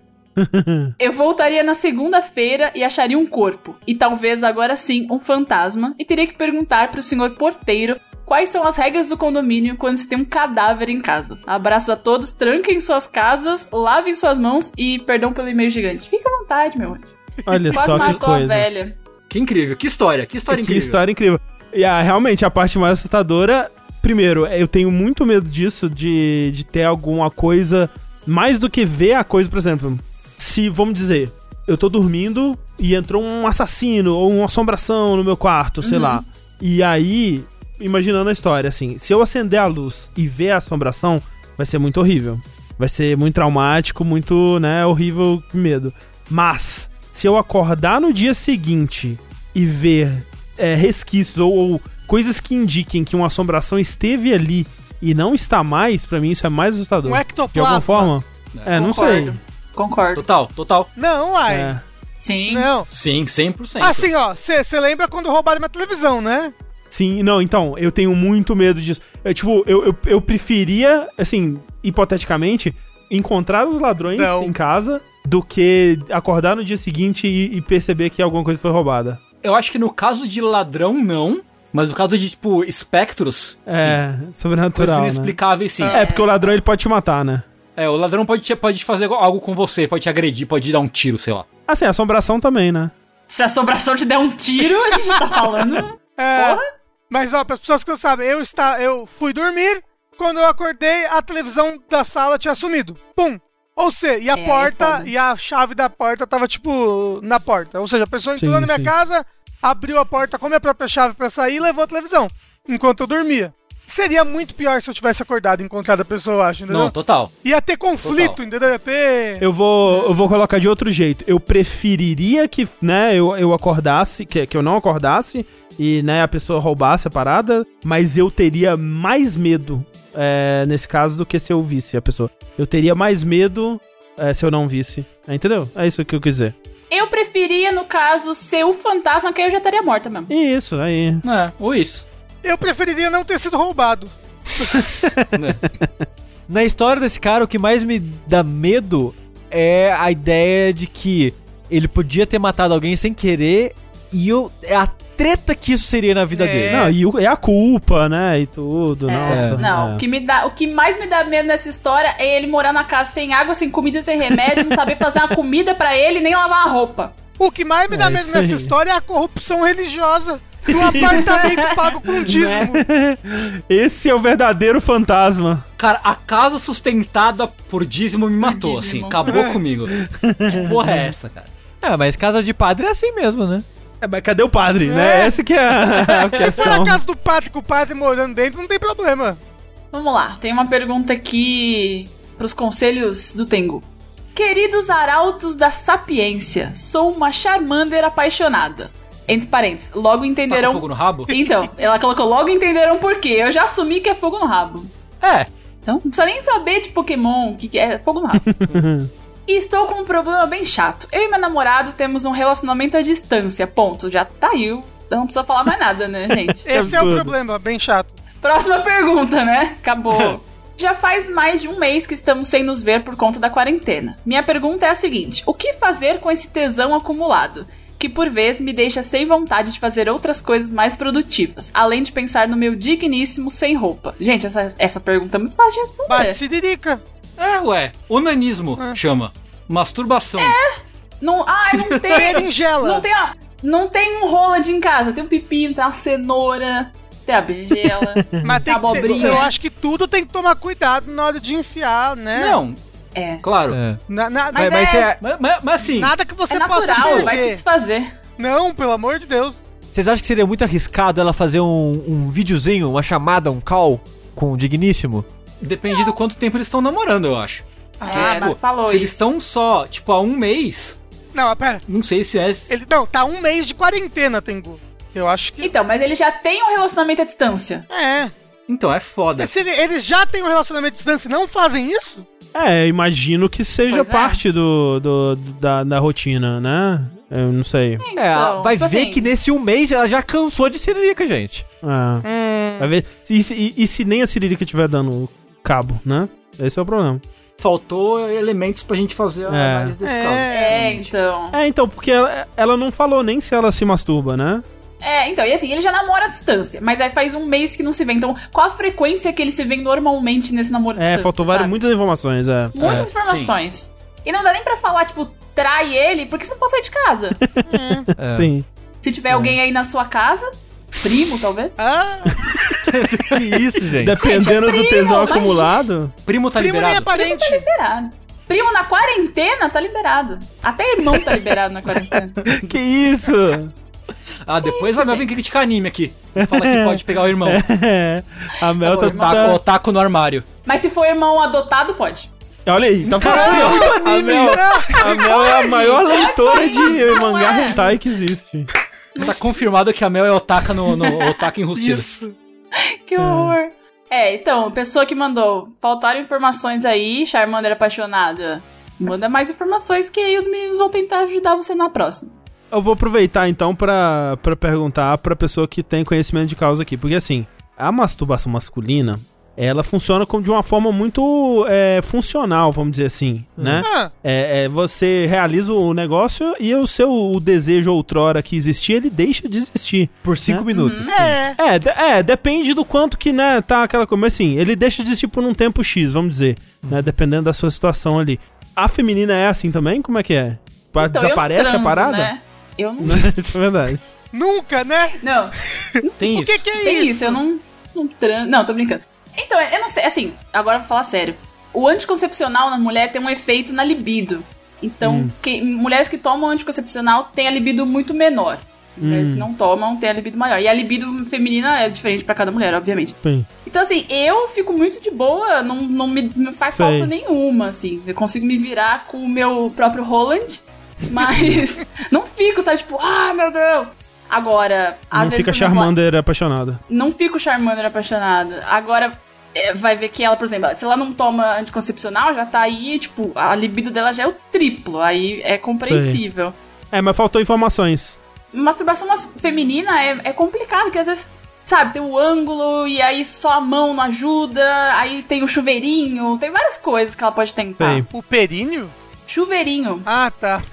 S1: Eu voltaria na segunda-feira e acharia um corpo. E talvez agora sim um fantasma. E teria que perguntar pro senhor porteiro quais são as regras do condomínio quando se tem um cadáver em casa. Abraço a todos, tranquem suas casas, lavem suas mãos e perdão pelo e-mail gigante. Fica à vontade, meu anjo.
S2: Olha
S1: Quase
S2: É só que
S1: matou a
S2: coisa.
S1: velha.
S4: Que incrível, que história, que história
S2: Que
S4: incrível.
S2: história incrível. E ah, realmente, a parte mais assustadora. Primeiro, eu tenho muito medo disso, de, de ter alguma coisa. Mais do que ver a coisa, por exemplo. Se, vamos dizer, eu tô dormindo e entrou um assassino ou uma assombração no meu quarto,
S4: Uhum.
S2: sei lá. E aí, imaginando a história, assim, se eu acender a luz e ver a assombração, vai ser muito horrível. Vai ser muito traumático, muito, né, horrível que medo. Mas, se eu acordar no dia seguinte e ver é, resquícios ou, ou coisas que indiquem que uma assombração esteve ali e não está mais, pra mim isso é mais assustador.
S3: Um
S2: De alguma
S3: ectoplasma.
S2: forma? É, não sei.
S1: né? Concordo. Concordo.
S4: Total, total.
S3: Não, ai.
S2: É.
S1: Sim.
S3: Não.
S4: Sim, 100%.
S2: Ah,
S3: Assim, ó, você lembra quando roubaram minha televisão, né?
S2: Sim, não, então, eu tenho muito medo disso. É, tipo, eu, eu, eu preferia, assim, hipoteticamente, encontrar os ladrões
S3: Não.
S2: em casa do que acordar no dia seguinte e, e perceber que alguma coisa foi roubada.
S4: Eu acho que no caso de ladrão, não. Mas no caso de, tipo, espectros, sim.
S2: É,
S4: Coisas
S2: sobrenatural, né?
S4: inexplicáveis, sim.
S2: É, porque o ladrão ele pode te matar, né?
S4: É, o ladrão pode, te- pode fazer algo com você, pode te agredir, pode dar um tiro, sei lá.
S2: Assim, assombração também, né?
S1: Se a assombração te der um tiro, a gente tá falando.
S3: É. Mas, ó, para as pessoas que não sabem, eu, está, eu fui dormir, quando eu acordei, a televisão da sala tinha sumido. Pum! Ou seja, e a
S1: É, aí é
S3: porta,
S1: foda.
S3: e a chave da porta tava, tipo, na porta. Ou seja, a pessoa entrou
S2: Sim,
S3: na minha
S2: sim.
S3: casa, abriu a porta com a minha própria chave pra sair e levou a televisão, enquanto eu dormia. Seria muito pior se eu tivesse acordado e encontrado a pessoa, eu acho, entendeu?
S4: Não, total.
S3: Ia ter conflito,
S4: Total.
S3: entendeu? Ia ter...
S2: Eu vou, eu vou colocar de outro jeito. Eu preferiria que, né, eu, eu acordasse, que, que eu não acordasse e, né, a pessoa roubasse a parada, mas eu teria mais medo é, nesse caso do que se eu visse a pessoa. Eu teria mais medo é, se eu não visse. É, entendeu? É isso que eu quis dizer.
S1: Eu preferia, no caso, ser o fantasma, que aí eu já estaria morta mesmo.
S2: E isso, aí.
S4: É, ou isso.
S3: Eu preferiria não ter sido roubado.
S5: Na história desse cara, o que mais me dá medo é a ideia de que ele podia ter matado alguém sem querer e eu, é a treta que isso seria na vida
S3: É.
S5: dele.
S2: Não, e o- é a culpa, né, e tudo. nossa.
S1: Não,
S2: é.
S1: o, que me dá, o que mais me dá medo nessa história é ele morar na casa sem água, sem comida, sem remédio, não saber fazer uma comida pra ele, nem lavar a roupa.
S3: O que mais me dá
S2: É
S3: medo
S2: isso
S3: nessa
S2: aí.
S3: história é a corrupção religiosa do apartamento pago com dízimo.
S2: Esse é o verdadeiro fantasma.
S4: Cara, a casa sustentada por dízimo me matou, assim.
S1: dízimo.
S4: Acabou comigo. Que porra é essa, cara?
S5: É, mas casa de padre é assim mesmo, né?
S2: É, mas cadê o padre, né? Essa que é a, a
S3: Se for na
S2: questão.
S3: casa do padre com o padre morando dentro, não tem problema.
S1: Vamos lá, tem uma pergunta aqui pros conselhos do Tengu. Queridos arautos da sapiência, sou uma Charmander apaixonada. Entre parênteses, logo
S4: Tá com fogo
S1: entenderão.
S4: no rabo?
S1: Então, ela colocou logo entenderão por quê. Eu já assumi que é fogo no rabo.
S4: É.
S1: Então, não precisa nem saber de Pokémon, o que, que é fogo no rabo. e estou com um problema bem chato. Eu e meu namorado temos um relacionamento à distância, ponto. Já tá aí, não precisa falar mais nada, né, gente?
S3: Esse é o
S2: absurdo.
S3: problema, bem chato.
S1: Próxima pergunta, né? Acabou. Já faz mais de um mês que estamos sem nos ver por conta da quarentena. Minha pergunta é a seguinte: o que fazer com esse tesão acumulado? Que por vezes me deixa sem vontade de fazer outras coisas mais produtivas, além de pensar no meu digníssimo sem roupa. Gente, essa, essa pergunta é muito fácil de responder.
S3: Bate se dirica.
S4: É, ué. Onanismo
S2: É.
S4: chama. Masturbação. É.
S1: Não, ai, não tem. não
S3: Berinjela.
S1: tem, a- não tem um roland em casa. Tem um pepino, tem uma cenoura, tem a berinjela.
S3: Mas tem que ter,
S1: abobrinha.
S3: eu acho que tudo tem que tomar cuidado na hora de enfiar, né?
S4: Não,
S1: é.
S4: claro.
S5: É.
S3: Na- na-
S1: Mas
S5: mas
S1: é-
S5: cê-
S4: Mas, mas- mas assim,
S3: Nada que você
S1: é
S3: possa
S1: natural, vai se
S3: perder.
S1: desfazer.
S3: Não, pelo amor de Deus.
S5: Vocês acham que seria muito arriscado ela fazer um, um videozinho, uma chamada, um call com o digníssimo?
S4: depende do quanto tempo eles estão namorando, eu acho.
S1: Ah,
S4: Tipo,
S1: mas falou
S4: se eles
S1: isso.
S4: estão só, tipo, há um mês,
S3: Não, mas pera.
S4: não sei se é.
S3: Ele, não, tá um mês de quarentena, Tengu. Eu acho que...
S1: Então, mas ele já tem um relacionamento à distância.
S3: É.
S4: Então, é foda.
S3: Mas se ele- eles já têm um relacionamento à distância e não fazem isso?
S2: É, imagino que seja
S1: Pois é.
S2: parte do, do- do- da, da rotina, né? Eu não sei.
S5: é,
S1: Então,
S5: vai
S1: tipo
S5: ver
S1: assim,
S5: que nesse um mês ela já cansou de ciririca, gente.
S2: Ah,
S3: Hum.
S2: vai ver. E, se- e- e se nem a Siririca tiver dando cabo, né? Esse é o problema.
S4: Faltou elementos pra gente fazer a
S2: É.
S4: análise desse
S3: É.
S4: caso.
S1: É, então.
S2: É, então, porque ela, ela não falou nem se ela se masturba, né?
S1: É, então, e assim, ele já namora à distância, mas aí faz um mês que não se vê. Então, qual a frequência que ele se vê normalmente nesse namoro à
S2: É,
S1: distância?
S2: faltou várias,
S1: sabe?
S2: muitas informações, é.
S1: Muitas
S4: É,
S1: informações. E não dá nem pra falar, tipo, trai ele, porque você não pode sair de casa.
S2: É. Sim.
S1: Se tiver alguém aí na sua casa, primo, talvez.
S3: Ah,
S5: Que isso, gente?
S2: Dependendo
S1: Gente, é
S2: do
S1: primo,
S2: tesão
S1: mas-
S2: acumulado.
S4: Primo tá
S3: primo nem é
S4: liberado.
S3: parente.
S1: Liberado. Primo na quarentena tá liberado. Até irmão tá liberado na quarentena.
S2: Que isso?
S4: Ah, depois a Mel vem criticar anime aqui. Fala que pode pegar o irmão.
S2: É. A Mel tá.
S1: irmão.
S2: tá-
S4: Otaku, otaku no armário.
S1: Mas se for irmão adotado, pode.
S2: Olha aí, tá falando
S1: é
S2: muito anime.
S3: Ah,
S2: A Mel, a Mel é a
S1: um né? Pode,
S2: maior
S1: pode
S2: leitora
S1: sim,
S2: de
S1: não
S2: mangá
S1: é.
S2: hentai que existe.
S4: Tá confirmado que a Mel é otaka no, no otaka enrustido.
S3: Isso.
S1: Que horror. É, então, pessoa que mandou, faltaram informações aí, Charmander apaixonada. Manda mais informações que aí os meninos vão tentar ajudar você na próxima.
S2: Eu vou aproveitar então pra pra perguntar pra pessoa que tem conhecimento de causa aqui, porque assim, a masturbação masculina, ela funciona como de uma forma muito é, funcional, vamos dizer assim, né?
S3: Ah,
S2: É, é, você realiza o negócio e o seu o desejo outrora que existia, ele deixa de existir.
S5: Por cinco
S2: Né?
S5: minutos.
S3: é.
S2: É, de- é, depende do quanto que, né, tá aquela coisa. Mas assim, ele deixa de existir por um tempo X, vamos dizer, né? Dependendo da sua situação ali. A feminina é assim também? Como é que é? Pa-
S1: Então,
S2: Desaparece
S1: eu não transo,
S2: a parada?
S1: Né? Eu não.
S2: Isso é verdade.
S3: Nunca, né?
S1: Não,
S4: Tem
S3: O que
S4: isso.
S3: que é
S1: tem
S3: isso?
S1: isso, eu não, não transo. Não, tô brincando. Então, eu não sei, assim, agora eu vou falar sério. o anticoncepcional na mulher tem um efeito na libido. Então,
S2: Hum.
S1: que- mulheres que tomam anticoncepcional têm a libido muito menor. Mulheres
S2: Hum.
S1: que não tomam têm a libido maior. E a libido feminina é diferente pra cada mulher, obviamente.
S2: Sim.
S1: Então, assim, eu fico muito de boa, não, não me não faz
S2: Sei.
S1: falta nenhuma, assim. Eu consigo me virar com o meu próprio Roland, mas não fico, sabe? Tipo, ah, meu Deus. Agora, às
S2: Não
S1: vezes.
S2: fica é
S1: por exemplo,
S2: Charmander apaixonada.
S1: não fico Charmander apaixonada. Agora, é, vai ver que ela, por exemplo, se ela não toma anticoncepcional, já tá aí, tipo, a libido dela já é o triplo. Aí é compreensível.
S2: É, mas faltou informações.
S1: Masturbação mas- feminina é, é complicado, porque às vezes, sabe, tem o ângulo e aí só a mão não ajuda, aí tem o chuveirinho, tem várias coisas que ela pode tentar.
S2: Tem.
S3: O períneo?
S1: Chuveirinho,
S3: Ah, tá.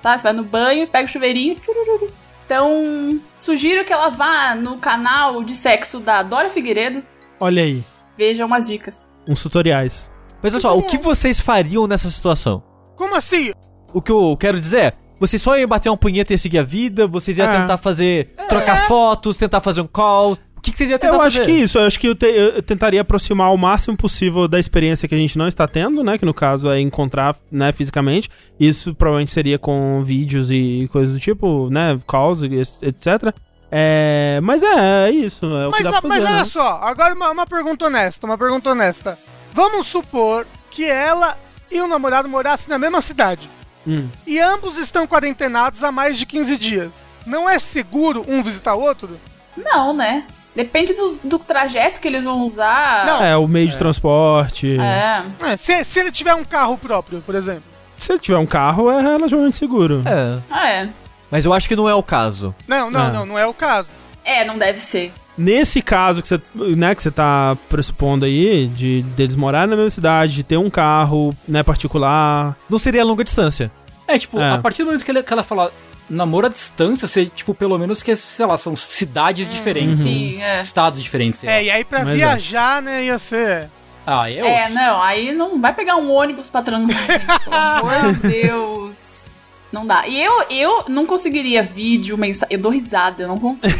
S1: tá? Você vai no banho, pega o chuveirinho. tchurururu. Então, sugiro que ela vá no canal de sexo da Dora Figueiredo,
S2: Olha aí,
S1: veja umas dicas.
S2: uns tutoriais.
S5: Mas olha só, o
S1: Uhum.
S5: que vocês fariam nessa situação?
S3: Como assim?
S5: O que eu quero dizer é, vocês só iam bater uma punheta e seguir a vida, vocês iam
S2: É.
S5: tentar fazer.
S1: É.
S5: trocar fotos, tentar fazer um call. O que, que vocês iam tentar
S2: eu
S5: fazer?
S2: acho que isso, eu acho que eu, te- eu tentaria aproximar o máximo possível da experiência que a gente não está tendo, né? Que no caso é encontrar, né, fisicamente. Isso provavelmente seria com vídeos e coisas do tipo, né? Calls, e es- etc. É, mas é, é isso. É o que
S3: Mas,
S2: dá
S3: a-
S2: pra
S3: mas
S2: fazer,
S3: olha
S2: né?
S3: só, agora uma, uma pergunta honesta, uma pergunta honesta. Vamos supor que ela e o namorado morassem na mesma cidade.
S2: Hum.
S3: E ambos estão quarentenados há mais de 15 dias. Não é seguro um visitar o outro?
S1: Não, né? Depende do, do trajeto que eles vão usar.
S3: Não.
S2: É, o meio de transporte.
S1: É.
S3: É, se, se ele tiver um carro próprio, por exemplo.
S2: Se ele tiver um carro, é relativamente seguro.
S5: É.
S1: É.
S5: Mas eu acho que não é o caso.
S3: Não, não,
S2: É.
S3: não, não é o caso.
S1: É, não deve ser.
S2: Nesse caso que você, né, que você tá pressupondo aí, de deles morarem na mesma cidade, de ter um carro, né, particular.
S5: Não seria a longa distância.
S4: É, tipo,
S2: É.
S4: a partir do momento que ela, que ela fala namoro à distância, você, tipo, pelo menos que, sei lá, são cidades diferentes.
S1: Sim, é.
S4: Estados diferentes. sei lá.
S3: Hum, É, e aí pra
S2: Mas é.
S3: viajar, né, ia ser...
S4: Ah, é,
S1: É,
S4: osso.
S1: não, aí não vai pegar um ônibus pra transar, gente, pelo amor de Deus. Não dá. E eu, eu não conseguiria vídeo, mensagem. Eu dou risada, eu não consigo.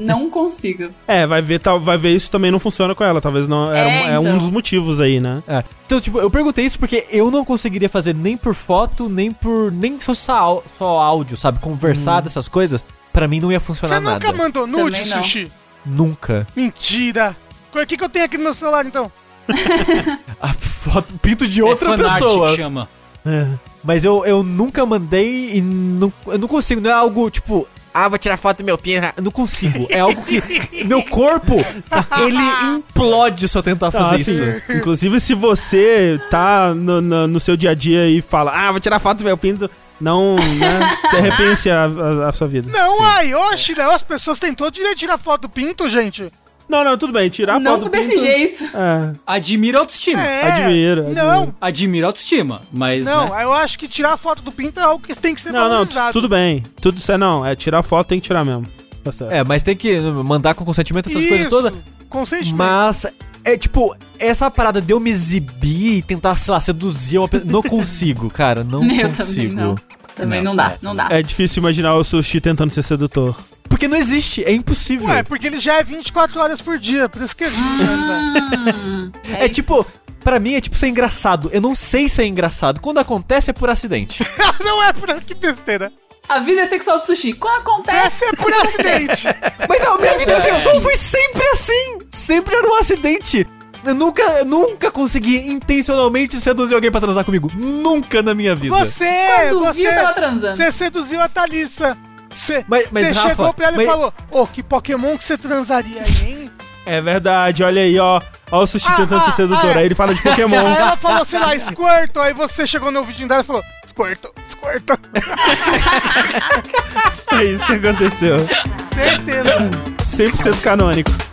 S1: não consigo.
S2: É, vai ver, tal, vai ver isso também não funciona com ela. Talvez não. era um-
S1: É,
S2: é um
S1: então.
S2: dos motivos aí, né?
S5: É. Então, tipo, eu perguntei isso porque eu não conseguiria fazer nem por foto, nem por. nem só, só au- só áudio, sabe? Conversar
S2: Uhum.
S5: dessas coisas. Pra mim não ia funcionar
S3: Você
S5: nada.
S3: nunca mandou nude,
S1: Também não.
S3: Sushi?
S5: Nunca.
S3: Mentira. O que, que eu tenho aqui no meu celular, então?
S5: A foto, pinto de
S4: É
S5: outra
S4: fanart que
S5: pessoa.
S4: chama.
S2: É.
S5: Mas eu, eu nunca mandei e não, eu não consigo. Não é algo tipo, ah, vou tirar foto do meu pinto. Não consigo. É algo que. meu corpo, ele implode se eu tentar
S2: Então,
S5: fazer
S2: assim,
S5: isso.
S2: Inclusive, se você tá no, no- no seu dia a dia e fala, ah, vou tirar foto do meu pinto, não, né? Repense a, a- a sua vida.
S3: Não, ai, oxe, né, as pessoas têm todo direito de tirar foto do pinto, gente.
S2: Não, não, tudo bem, tirar
S1: não
S2: foto do
S1: desse
S2: pinto-
S1: jeito.
S2: É.
S4: Admira a autoestima.
S3: É.
S2: Admiro,
S3: Não,
S2: admiro.
S4: Admira a autoestima, mas.
S3: não,
S5: é.
S4: né?
S3: eu acho que tirar foto do pinto é algo que tem que ser
S2: Não, não, tu-
S3: valorizado.
S2: tudo bem. Tudo certo, não. É tirar foto, tem que tirar mesmo. Tá certo.
S5: É, mas tem que mandar com consentimento essas coisas
S3: Isso,
S5: todas.
S3: Consentimento.
S5: Mas, é tipo, essa parada de eu me exibir e tentar, sei lá, seduzir uma pessoa. Não consigo, cara. Não
S1: eu
S5: consigo.
S1: também não. Também não,
S4: Não,
S1: dá,
S4: é.
S1: não dá.
S2: É difícil imaginar o sushi tentando ser sedutor.
S5: Porque não existe, é impossível.
S3: Ué, porque ele já é 24 horas por dia, por isso que é hum.
S1: Hum,
S5: é
S1: isso.
S5: tipo, pra mim é tipo ser engraçado. Eu não sei se é engraçado. Quando acontece é por acidente.
S3: Não é por que besteira.
S1: A vida é sexual do sushi. Quando acontece.
S3: Essa é por acidente.
S5: Mas a minha vida
S1: É.
S5: sexual foi sempre assim. Sempre era um acidente. Eu nunca, eu nunca consegui intencionalmente seduzir alguém pra transar comigo. Nunca na minha vida.
S3: Você,
S1: quando
S3: É, você,
S1: viu, tava transando.
S3: você seduziu a Thalissa. Você,
S5: Mas- mas,
S3: você
S5: Rafa,
S3: chegou pra ela e
S5: mas-
S3: falou, ô, que Pokémon que você transaria, aí, hein?
S2: É verdade, olha aí, ó. Ó o sushi
S3: Ah,
S2: tentando
S3: ah,
S2: ser sedutor.
S3: ah, É.
S2: Aí ele fala de
S3: Aí
S2: Pokémon.
S3: ela falou, sei lá, Squirtle, aí você chegou no vídeo dela e falou, Squirtle, Squirtle.
S2: é isso que aconteceu.
S3: Certeza.
S2: 100% canônico.